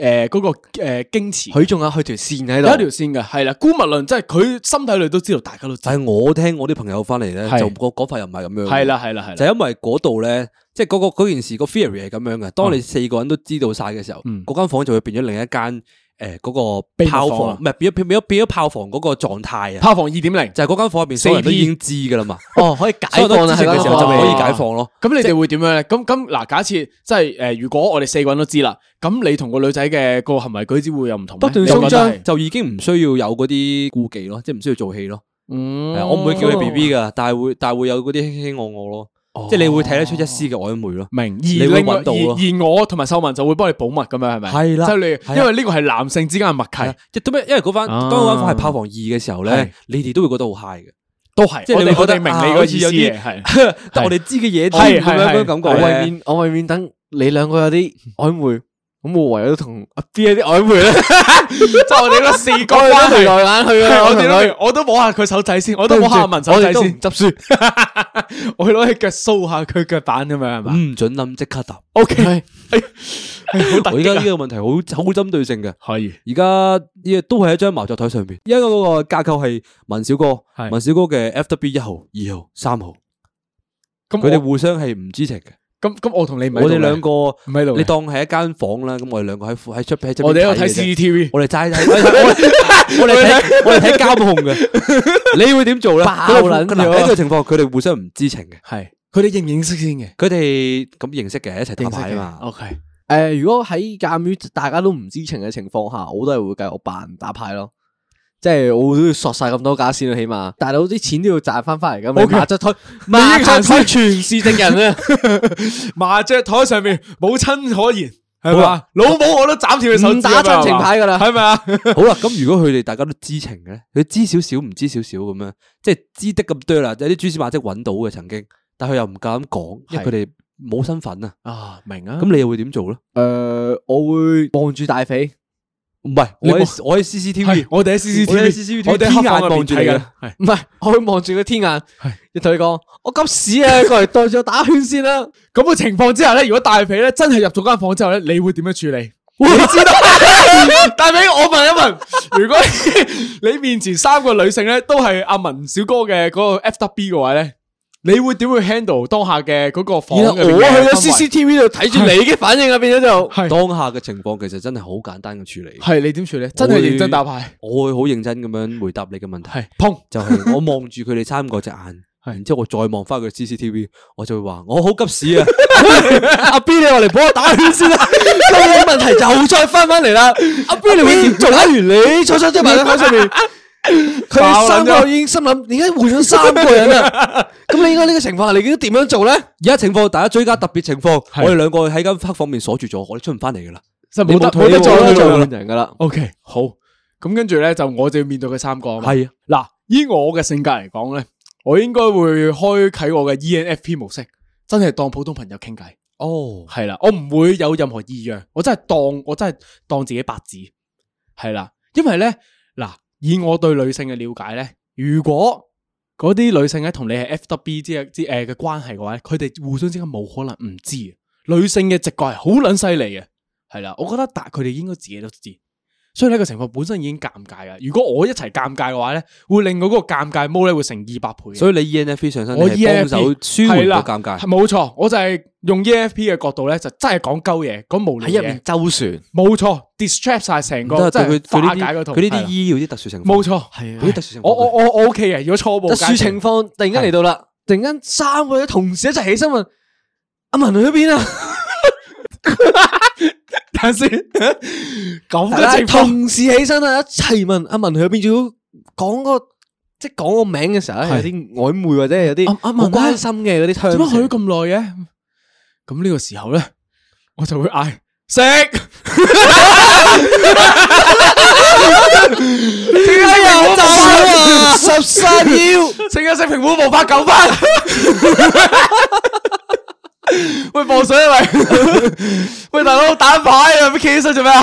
[SPEAKER 3] 诶嗰個诶矜持，
[SPEAKER 1] 佢仲有佢條線喺
[SPEAKER 3] 有一條
[SPEAKER 1] 度，
[SPEAKER 3] 線嘅，係啦。姑勿論，即係佢心底裏都知道，大家都知，
[SPEAKER 2] 但係我聽我啲朋友翻嚟咧，
[SPEAKER 3] 係
[SPEAKER 2] 就個講法又唔係咁樣。
[SPEAKER 3] 係啦，係啦，係
[SPEAKER 2] 就
[SPEAKER 3] 啦，
[SPEAKER 2] 係因為嗰度咧，即係嗰個嗰件事個 theory 係咁樣嘅。當你四個人都知道晒嘅時候，
[SPEAKER 3] 嗯
[SPEAKER 2] 嗰間房就會變咗另一間诶嗰
[SPEAKER 3] 秘
[SPEAKER 2] 個
[SPEAKER 3] 密
[SPEAKER 2] 炮
[SPEAKER 3] 房啊
[SPEAKER 2] 房，唔係變咗變咗變咗炮房嗰個狀態啊，
[SPEAKER 3] 炮房二點零，
[SPEAKER 2] 就係嗰間房入边所有人都
[SPEAKER 3] 4P
[SPEAKER 2] 已經知噶啦嘛，
[SPEAKER 1] 哦，可以
[SPEAKER 2] 所
[SPEAKER 1] 解
[SPEAKER 2] 有人
[SPEAKER 1] 放
[SPEAKER 2] 都
[SPEAKER 1] 啦，
[SPEAKER 2] 知
[SPEAKER 1] 係
[SPEAKER 2] 情
[SPEAKER 1] 啦
[SPEAKER 2] 嘅時候就
[SPEAKER 3] 咪
[SPEAKER 2] 可以
[SPEAKER 3] 哦
[SPEAKER 2] 解放咯。
[SPEAKER 3] 咁你哋會點樣咧？咁咁嗱，假設即係诶，如果我哋四個人都知啦，咁你同個女仔嘅個行為舉止會有唔同咩，
[SPEAKER 2] 不斷
[SPEAKER 3] 你覺得
[SPEAKER 2] 鬆
[SPEAKER 3] 係
[SPEAKER 2] 張，就已經唔需要有嗰啲顧忌咯，即係唔需要做戲咯。
[SPEAKER 3] 嗯
[SPEAKER 2] 係我唔會叫你 B B 噶，但係會但係會有嗰啲卿卿我我咯，
[SPEAKER 3] 哦
[SPEAKER 2] 即係你會睇得出一絲嘅曖昧咯。
[SPEAKER 3] 明，而
[SPEAKER 2] 你會
[SPEAKER 3] 另外
[SPEAKER 2] 揾到咯
[SPEAKER 3] 而而我同埋秀文就會幫你保密咁樣係咪？
[SPEAKER 2] 係啦
[SPEAKER 3] 即係
[SPEAKER 2] 係
[SPEAKER 3] 你，
[SPEAKER 2] 啦
[SPEAKER 3] 因為呢個係男性之間嘅默
[SPEAKER 2] 係
[SPEAKER 3] 契
[SPEAKER 2] 啊，，亦都咩？因為嗰班
[SPEAKER 3] 啊
[SPEAKER 2] 當嗰間房係炮房二嘅時候
[SPEAKER 3] 係
[SPEAKER 2] 咧，你哋都會覺得好 high 嘅，
[SPEAKER 3] 都係，
[SPEAKER 2] 即係
[SPEAKER 3] 我
[SPEAKER 2] 你
[SPEAKER 3] 哋
[SPEAKER 2] 會
[SPEAKER 3] 我
[SPEAKER 2] 覺得
[SPEAKER 3] 哋明
[SPEAKER 2] 啊
[SPEAKER 3] 你個
[SPEAKER 2] 好
[SPEAKER 3] 意
[SPEAKER 2] 似有
[SPEAKER 3] 思
[SPEAKER 2] 啲
[SPEAKER 3] 嘅，係。
[SPEAKER 2] <laughs> 但我哋知嘅嘢添
[SPEAKER 3] 係係
[SPEAKER 2] 咁樣
[SPEAKER 3] 係
[SPEAKER 2] 嗰種感
[SPEAKER 1] 我
[SPEAKER 3] 係
[SPEAKER 2] 覺
[SPEAKER 1] 為
[SPEAKER 2] 咧。
[SPEAKER 1] 免我為免等你兩個有啲曖昧，咁我唯有同阿 B 有啲曖昧啦，
[SPEAKER 3] <laughs> 即係我哋嗰四個
[SPEAKER 1] 我哋
[SPEAKER 3] 關
[SPEAKER 1] 都眉
[SPEAKER 3] 係，
[SPEAKER 1] 來眼去啊，
[SPEAKER 3] 我
[SPEAKER 1] 同
[SPEAKER 3] 哋
[SPEAKER 1] 佢
[SPEAKER 3] 都我都摸下佢手仔先，我都摸下阿文手
[SPEAKER 1] 我
[SPEAKER 3] 仔
[SPEAKER 1] 哋都唔
[SPEAKER 3] 先，
[SPEAKER 1] 執輸。
[SPEAKER 3] <laughs> 我去攞起腳搔下佢腳板咁樣係嘛
[SPEAKER 2] 唔准諗，即刻答。
[SPEAKER 3] ？O K，好
[SPEAKER 2] 我
[SPEAKER 3] 突
[SPEAKER 2] 而
[SPEAKER 3] 擊
[SPEAKER 2] 家
[SPEAKER 3] 啊
[SPEAKER 2] 呢個問題好好針對性嘅。
[SPEAKER 3] 可以
[SPEAKER 2] 而家呢個都係喺張麻雀台上面。而家嗰個架構係文小哥
[SPEAKER 3] 係、
[SPEAKER 2] 文小哥嘅 F W 一號、二號、三號，
[SPEAKER 3] 咁
[SPEAKER 2] 佢
[SPEAKER 3] 我
[SPEAKER 2] 哋互相係唔知情嘅。
[SPEAKER 3] 咁咁我同你唔喺度
[SPEAKER 2] 我哋
[SPEAKER 3] 嘅
[SPEAKER 2] 兩個
[SPEAKER 3] 唔喺度嘅
[SPEAKER 2] 你當係一間房啦。咁我哋兩個喺喺出喺出邊
[SPEAKER 3] 我哋喺度睇
[SPEAKER 2] 嘅啫
[SPEAKER 3] CCTV
[SPEAKER 2] 我哋齋
[SPEAKER 3] <laughs>
[SPEAKER 2] 睇， <laughs> 我哋我哋睇我哋睇監控
[SPEAKER 1] <laughs>
[SPEAKER 2] 嘅。你會點做咧？
[SPEAKER 1] 爆
[SPEAKER 2] 佢
[SPEAKER 1] 撚
[SPEAKER 2] 哋嗱
[SPEAKER 1] 咗
[SPEAKER 2] 喺呢個情況，佢哋互相唔知情嘅。
[SPEAKER 3] 係佢哋認唔認識先嘅？
[SPEAKER 2] 佢哋咁認識嘅，一齊
[SPEAKER 3] 認
[SPEAKER 2] 打
[SPEAKER 3] 識
[SPEAKER 2] 牌
[SPEAKER 3] 嘅
[SPEAKER 2] 啊嘛。
[SPEAKER 3] O K，
[SPEAKER 1] 诶，如果喺鉴於大家都唔知情嘅情況下，我都係會繼續扮打牌咯。即係我都要索晒咁多家先啦，起碼大佬啲錢都要賺翻翻嚟
[SPEAKER 3] <laughs>
[SPEAKER 1] 咁。
[SPEAKER 3] OK
[SPEAKER 1] 麻 <laughs> 雀台，
[SPEAKER 3] 已
[SPEAKER 1] 麻
[SPEAKER 3] 經
[SPEAKER 1] 雀台
[SPEAKER 3] 行先
[SPEAKER 1] 全是敵人啊！
[SPEAKER 3] <laughs> 麻雀台上面冇親可言。係
[SPEAKER 2] 好
[SPEAKER 3] 嘛
[SPEAKER 2] 啦？
[SPEAKER 3] 老母我都斬條佢手指啊
[SPEAKER 1] 唔打親情牌㗎啦
[SPEAKER 3] 係咪啊？
[SPEAKER 2] 好啦，咁如果佢哋大家都知情嘅咧，佢知少少唔知少少咁樣，即係知得咁多啦，有啲蛛絲馬跡揾到嘅曾經，但佢又唔夠膽講，因為佢哋冇身份啊。
[SPEAKER 3] 啊，明啊。咁
[SPEAKER 2] 咁你又會點做咧？
[SPEAKER 1] 诶，我會望住大肥，
[SPEAKER 2] 唔係，
[SPEAKER 3] 你
[SPEAKER 2] 我
[SPEAKER 3] 冇
[SPEAKER 2] 喺我喺
[SPEAKER 3] 係
[SPEAKER 2] CCTV，
[SPEAKER 3] 我哋喺 CCTV，
[SPEAKER 2] 我哋喺
[SPEAKER 3] 黑
[SPEAKER 2] 天眼
[SPEAKER 3] 房入面
[SPEAKER 2] 望住你
[SPEAKER 3] 睇緊
[SPEAKER 2] 嘅。
[SPEAKER 3] 係
[SPEAKER 1] 唔係我會望住個天眼，要同你講，我急屎啊，過嚟對住我打圈先啦。
[SPEAKER 3] 咁嘅情況之下咧，如果大肥咧真係入咗間房之後咧，你會點樣處理？
[SPEAKER 1] 你知道？
[SPEAKER 3] <laughs> 大肥，我問一問，如果 <laughs> 你面前三個女性咧都係阿文小哥嘅嗰個 FW 嘅話咧，你會點會 handle 當下嘅嗰個房
[SPEAKER 1] 然後
[SPEAKER 3] 入
[SPEAKER 1] 我
[SPEAKER 3] 面嘅
[SPEAKER 1] 去咗
[SPEAKER 3] 氛圍
[SPEAKER 1] CCTV 度睇住你嘅反應啊，變咗就
[SPEAKER 3] 係
[SPEAKER 2] 當下嘅情況其實真係好簡單嘅處理。
[SPEAKER 3] 係你點處理？真係認真打牌，
[SPEAKER 2] 我會好認真咁樣回答你嘅問題。
[SPEAKER 3] 係砰
[SPEAKER 1] <laughs>
[SPEAKER 2] 就係我望住佢哋三個隻眼，然之後我再望翻佢 CCTV，我就會話我好急屎
[SPEAKER 3] <laughs>
[SPEAKER 2] 啊！
[SPEAKER 1] 阿 B 你話嚟幫我打圈先啦，咁嘅問題就再翻翻嚟啦。阿 B 你會點做？打完
[SPEAKER 2] 哎
[SPEAKER 1] 你坐坐即埋喺台上面，佢哋三
[SPEAKER 3] 啊
[SPEAKER 1] 個已經心諗，點解換咗三個人啊？咁你應該呢個情況下，你應該點樣做咧？
[SPEAKER 2] 而家情況，大家追加特別情況，我哋兩個喺間黑房面鎖住咗，我哋出唔翻嚟噶啦。
[SPEAKER 3] 真係
[SPEAKER 1] 你
[SPEAKER 3] 冇得冇得
[SPEAKER 1] 做
[SPEAKER 3] 做啦，
[SPEAKER 1] 啦，
[SPEAKER 3] 做
[SPEAKER 1] 做
[SPEAKER 3] 啦
[SPEAKER 1] 換。人噶啦。
[SPEAKER 3] OK，好。咁跟住咧就我就要面對佢三個啊嘛。
[SPEAKER 2] 係啊，
[SPEAKER 3] 嗱，以我嘅性格嚟講咧，我應該會開啟我嘅 ENFP 模式，真係當普通朋友傾偈。
[SPEAKER 2] 哦，
[SPEAKER 3] 系啦，我唔會有任何異樣，我真係當我真係當自己白紙，係啦，因為咧嗱，以我對女性嘅了解咧，如果嗰啲女性咧同你係 FW 之之诶嘅關係嘅話，佢哋互相之間冇可能唔知嘅，女性嘅直覺係好撚犀利嘅，係啦，我覺得但佢哋應該自己都知，所以呢個情況本身已經尷尬噶，如果我一齊尷尬嘅話咧，會令到嗰個尷尬毛咧會成二百倍嘅。
[SPEAKER 2] 所以你 E ENFP 上身，
[SPEAKER 3] 我 E
[SPEAKER 2] 你係幫
[SPEAKER 3] ENFP
[SPEAKER 2] 手舒
[SPEAKER 3] 係
[SPEAKER 2] 緩
[SPEAKER 3] 啦
[SPEAKER 2] 個尷尬。
[SPEAKER 3] 冇錯，我就係用 EFP 嘅角度咧，就真係講鳩嘢，講無聊
[SPEAKER 1] 喺入
[SPEAKER 3] 嘢
[SPEAKER 1] 面。周旋，
[SPEAKER 3] 冇錯 d i s t r a c t 晒成
[SPEAKER 2] 咁
[SPEAKER 3] 個，
[SPEAKER 2] 都
[SPEAKER 3] 即
[SPEAKER 2] 係
[SPEAKER 3] 係
[SPEAKER 2] 對佢佢
[SPEAKER 3] 化
[SPEAKER 2] 呢
[SPEAKER 3] 解
[SPEAKER 2] 啲
[SPEAKER 3] 嗰套。
[SPEAKER 2] 佢呢
[SPEAKER 3] 係
[SPEAKER 2] 啲 E
[SPEAKER 3] 啦
[SPEAKER 2] 醫要啲特殊情況，
[SPEAKER 3] 冇錯，
[SPEAKER 1] 係啊
[SPEAKER 2] 嗰啲特殊情況。
[SPEAKER 3] 我我我我 OK 嘅。如果初步
[SPEAKER 1] 特殊
[SPEAKER 3] 階段
[SPEAKER 1] 情
[SPEAKER 3] <laughs>
[SPEAKER 1] 況突然間嚟到啦，突然間三個人同時一齊起身問：阿文去咗邊啊？
[SPEAKER 3] <laughs> 等
[SPEAKER 2] <laughs>
[SPEAKER 3] 陣先，咁
[SPEAKER 1] 大家
[SPEAKER 3] 嘅情況
[SPEAKER 1] 同時起身啊，一齊問阿文去咗邊，仲要講個即係講個名嘅時候咧，有啲曖昧或者係有啲
[SPEAKER 3] 阿阿
[SPEAKER 1] 好
[SPEAKER 3] 文呢
[SPEAKER 1] 關心嘅 <laughs> 嗰啲
[SPEAKER 3] 點
[SPEAKER 1] term。
[SPEAKER 3] 解去咗咁耐嘅？咁呢個時候咧，我就會嗌食。點解
[SPEAKER 1] 有走啊？
[SPEAKER 3] <laughs> 啊？
[SPEAKER 1] 十三幺，
[SPEAKER 3] 請一食評估無法九分。喂，磅水啊
[SPEAKER 1] <laughs>
[SPEAKER 3] 喂！喂，大佬打牌啊，企起身做咩啊？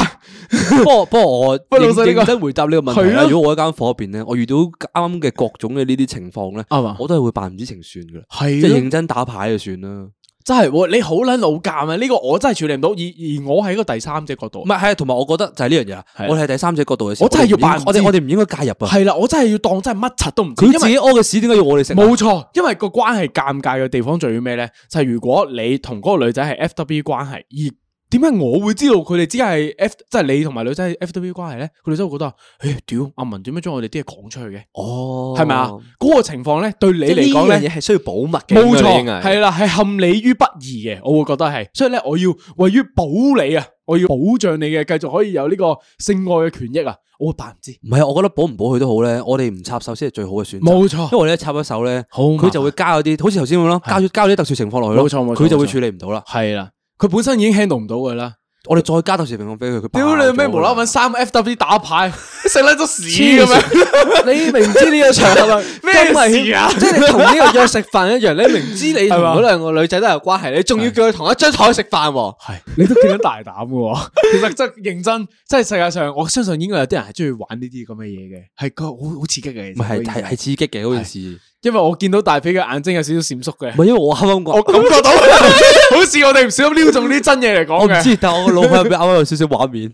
[SPEAKER 2] 不過不過我
[SPEAKER 3] 喂老細呢
[SPEAKER 2] 認
[SPEAKER 3] 個
[SPEAKER 2] 認真回答呢個問題
[SPEAKER 3] 係
[SPEAKER 2] 啦。
[SPEAKER 3] 咯
[SPEAKER 2] 如果我喺間房入邊咧，我遇到啱啱嘅各種嘅呢啲情況咧
[SPEAKER 3] 啱啊，
[SPEAKER 2] 我都係會扮唔知情算噶啦，
[SPEAKER 3] 係
[SPEAKER 2] 即係
[SPEAKER 3] 咯
[SPEAKER 2] 認真打牌就算啦。
[SPEAKER 3] 真系喎，你好捻老尷啊！呢、個我真係處理唔到，而而我喺個第三者角度
[SPEAKER 2] 唔，係，係同埋我覺得就係呢樣嘢啦
[SPEAKER 3] 係。
[SPEAKER 2] 我哋係第三者角度嘅時候，
[SPEAKER 3] 我真係要
[SPEAKER 2] 哋唔應
[SPEAKER 3] 扮唔
[SPEAKER 2] 我哋
[SPEAKER 3] 知
[SPEAKER 2] 我哋唔應該介入啊。
[SPEAKER 3] 係啦，我真係要當真係乜柒都唔知，因
[SPEAKER 2] 佢自
[SPEAKER 3] 為
[SPEAKER 2] 己屙嘅屎點解要我哋食啊？
[SPEAKER 3] 冇錯，因為個關係尷尬嘅地方在於咩咧？就係如果你同嗰個女仔係 F W 關係，而點解我會知道佢哋只係 F，即係你同埋女仔係 F.W. 關係咧？佢哋真會覺得，誒屌阿文點樣將我哋啲嘢講出去嘅？
[SPEAKER 2] 哦
[SPEAKER 3] 係咪啊？嗰個情況咧，對你
[SPEAKER 1] 你嚟
[SPEAKER 3] 嚟
[SPEAKER 1] 講
[SPEAKER 3] 講
[SPEAKER 1] 呢
[SPEAKER 3] 咧
[SPEAKER 1] 樣。嘢係需要保密嘅，
[SPEAKER 3] 冇
[SPEAKER 2] 啊
[SPEAKER 1] 應
[SPEAKER 3] 錯，
[SPEAKER 1] 該
[SPEAKER 3] 係啦，係陷你於不義嘅，我會覺得係，所以咧，我要為於保你啊，我要保障你嘅，繼續可以有呢個性愛嘅權益啊，我會扮唔知，
[SPEAKER 2] 唔係，我覺得保唔保佢都好咧，我哋唔插手先係最好嘅選擇。
[SPEAKER 3] 冇
[SPEAKER 2] 因為
[SPEAKER 3] 錯，
[SPEAKER 2] 我哋一插咗手咧，
[SPEAKER 3] 好麻煩
[SPEAKER 2] 佢就會加嗰啲，好似頭先咁咯，加咗加咗啲特殊情況落去
[SPEAKER 3] 冇
[SPEAKER 2] 咯，
[SPEAKER 3] 錯冇錯
[SPEAKER 2] 佢就會
[SPEAKER 3] 冇錯
[SPEAKER 2] 處理唔到啦。
[SPEAKER 3] 係啦，佢本身已經 handle 唔到噶啦，
[SPEAKER 2] 我哋再加特殊情況俾佢，佢
[SPEAKER 3] 屌你咩無啦啦揾
[SPEAKER 2] 啦
[SPEAKER 3] 三個 F.W. 打牌， <laughs> 食甩咗屎咁樣，
[SPEAKER 1] 你明知呢個場合啊係
[SPEAKER 3] <laughs> 咩事啊
[SPEAKER 1] 咁危險即係你同呢個約食飯一樣，你明知你同
[SPEAKER 3] <laughs> 係嘛
[SPEAKER 1] 嗰兩個女仔都有關係，你仲要叫佢同一張台食飯喎。
[SPEAKER 3] 係你都幾咁大膽嘅喎， <laughs> 其實真係認真，真係世界上我相信應該有啲人係中意玩呢啲咁嘅嘢嘅，係個好好刺激嘅，
[SPEAKER 2] 唔係係
[SPEAKER 3] 係
[SPEAKER 2] 係係刺激嘅嗰件事。
[SPEAKER 3] 因為我見到大肥嘅眼睛有少少閃縮嘅
[SPEAKER 2] 唔。係因為我啱啱
[SPEAKER 3] 我
[SPEAKER 2] 講，
[SPEAKER 3] 感覺到， <laughs> 好似我哋唔小心撩中啲真嘢嚟
[SPEAKER 2] 我
[SPEAKER 3] 講
[SPEAKER 2] 唔
[SPEAKER 3] 嘅。
[SPEAKER 2] 知，但我個腦海入邊啱啱有少少
[SPEAKER 3] <laughs>
[SPEAKER 2] 畫面。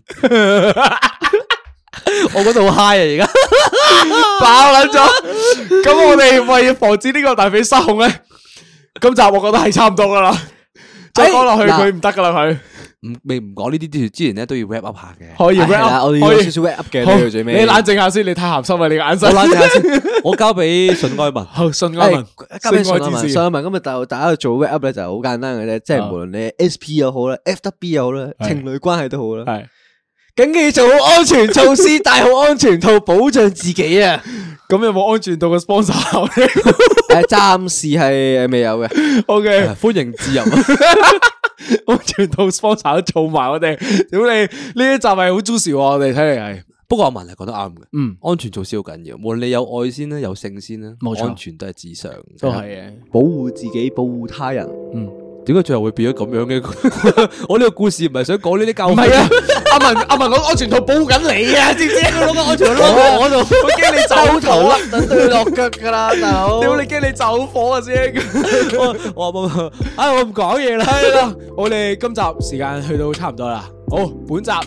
[SPEAKER 2] 我覺得好 high 啊！而家
[SPEAKER 3] 爆捻咗。咁我哋為防止呢個大肥失控咧，今集我覺得係差唔多噶啦。再講落去
[SPEAKER 1] 哎嗱
[SPEAKER 3] 佢唔得噶啦，佢
[SPEAKER 2] 唔未唔講呢啲之前咧都要 wrap up 下嘅。
[SPEAKER 3] 可以 wrap
[SPEAKER 1] 係啦
[SPEAKER 3] up，
[SPEAKER 1] 我哋
[SPEAKER 3] 可
[SPEAKER 1] 要
[SPEAKER 3] 以
[SPEAKER 1] 有少少 wrap up 嘅，
[SPEAKER 3] 好
[SPEAKER 1] 呢個最尾。
[SPEAKER 3] 你冷靜下先，你太鹹濕啦，你個眼神。
[SPEAKER 2] 我冷靜下先，我交俾順
[SPEAKER 3] <laughs>
[SPEAKER 2] 愛文。
[SPEAKER 3] 好，信安
[SPEAKER 1] 誒
[SPEAKER 3] 文，，
[SPEAKER 1] 交俾上一
[SPEAKER 3] 性愛
[SPEAKER 1] 文，
[SPEAKER 3] 之士
[SPEAKER 1] 上一文今日大大家做 wrap up 咧就好簡單嘅啫，即係
[SPEAKER 3] 啊
[SPEAKER 1] 無論你 S P 又好啦，F W B 又好啦，
[SPEAKER 3] 係
[SPEAKER 1] 情侶關係都好啦，
[SPEAKER 3] 係
[SPEAKER 1] 緊記做好安全措施，戴好安全套，保障自己啊！
[SPEAKER 3] 咁有冇安全到嘅 sponsor
[SPEAKER 1] <laughs> 誒，
[SPEAKER 3] <laughs>
[SPEAKER 1] 暫時係未有嘅。
[SPEAKER 3] ？O K，
[SPEAKER 2] 歡迎自
[SPEAKER 3] <laughs>
[SPEAKER 2] 由。<laughs>
[SPEAKER 3] 安全到 sponsor 都做埋我哋。屌你呢一集係好 juicy 喎，我哋睇嚟係。
[SPEAKER 2] 不過阿文係講得啱嘅，
[SPEAKER 3] 嗯，
[SPEAKER 2] 安全措施好緊要，無論你有愛先啦，有性先啦，
[SPEAKER 3] 冇錯
[SPEAKER 2] 安全都係至上。
[SPEAKER 3] 都係嘅。
[SPEAKER 1] 保護自己，保護他人。
[SPEAKER 2] 點解最後會變咗咁樣嘅？ <laughs> 我呢個故事唔係想講呢啲教
[SPEAKER 3] 唔
[SPEAKER 2] 訓
[SPEAKER 3] 係
[SPEAKER 2] <laughs>
[SPEAKER 3] 啊，阿文阿文攞安全套保緊你啊，知唔知？攞個安全套攞我度，佢驚你走頭啦，
[SPEAKER 1] 等對落腳噶啦，大佬
[SPEAKER 3] 屌你驚你走火啊 <laughs> 先！
[SPEAKER 2] 我我我唉，我唔講嘢啦。
[SPEAKER 3] 係啦，我哋今集時間去到差唔多啦，好，本集完。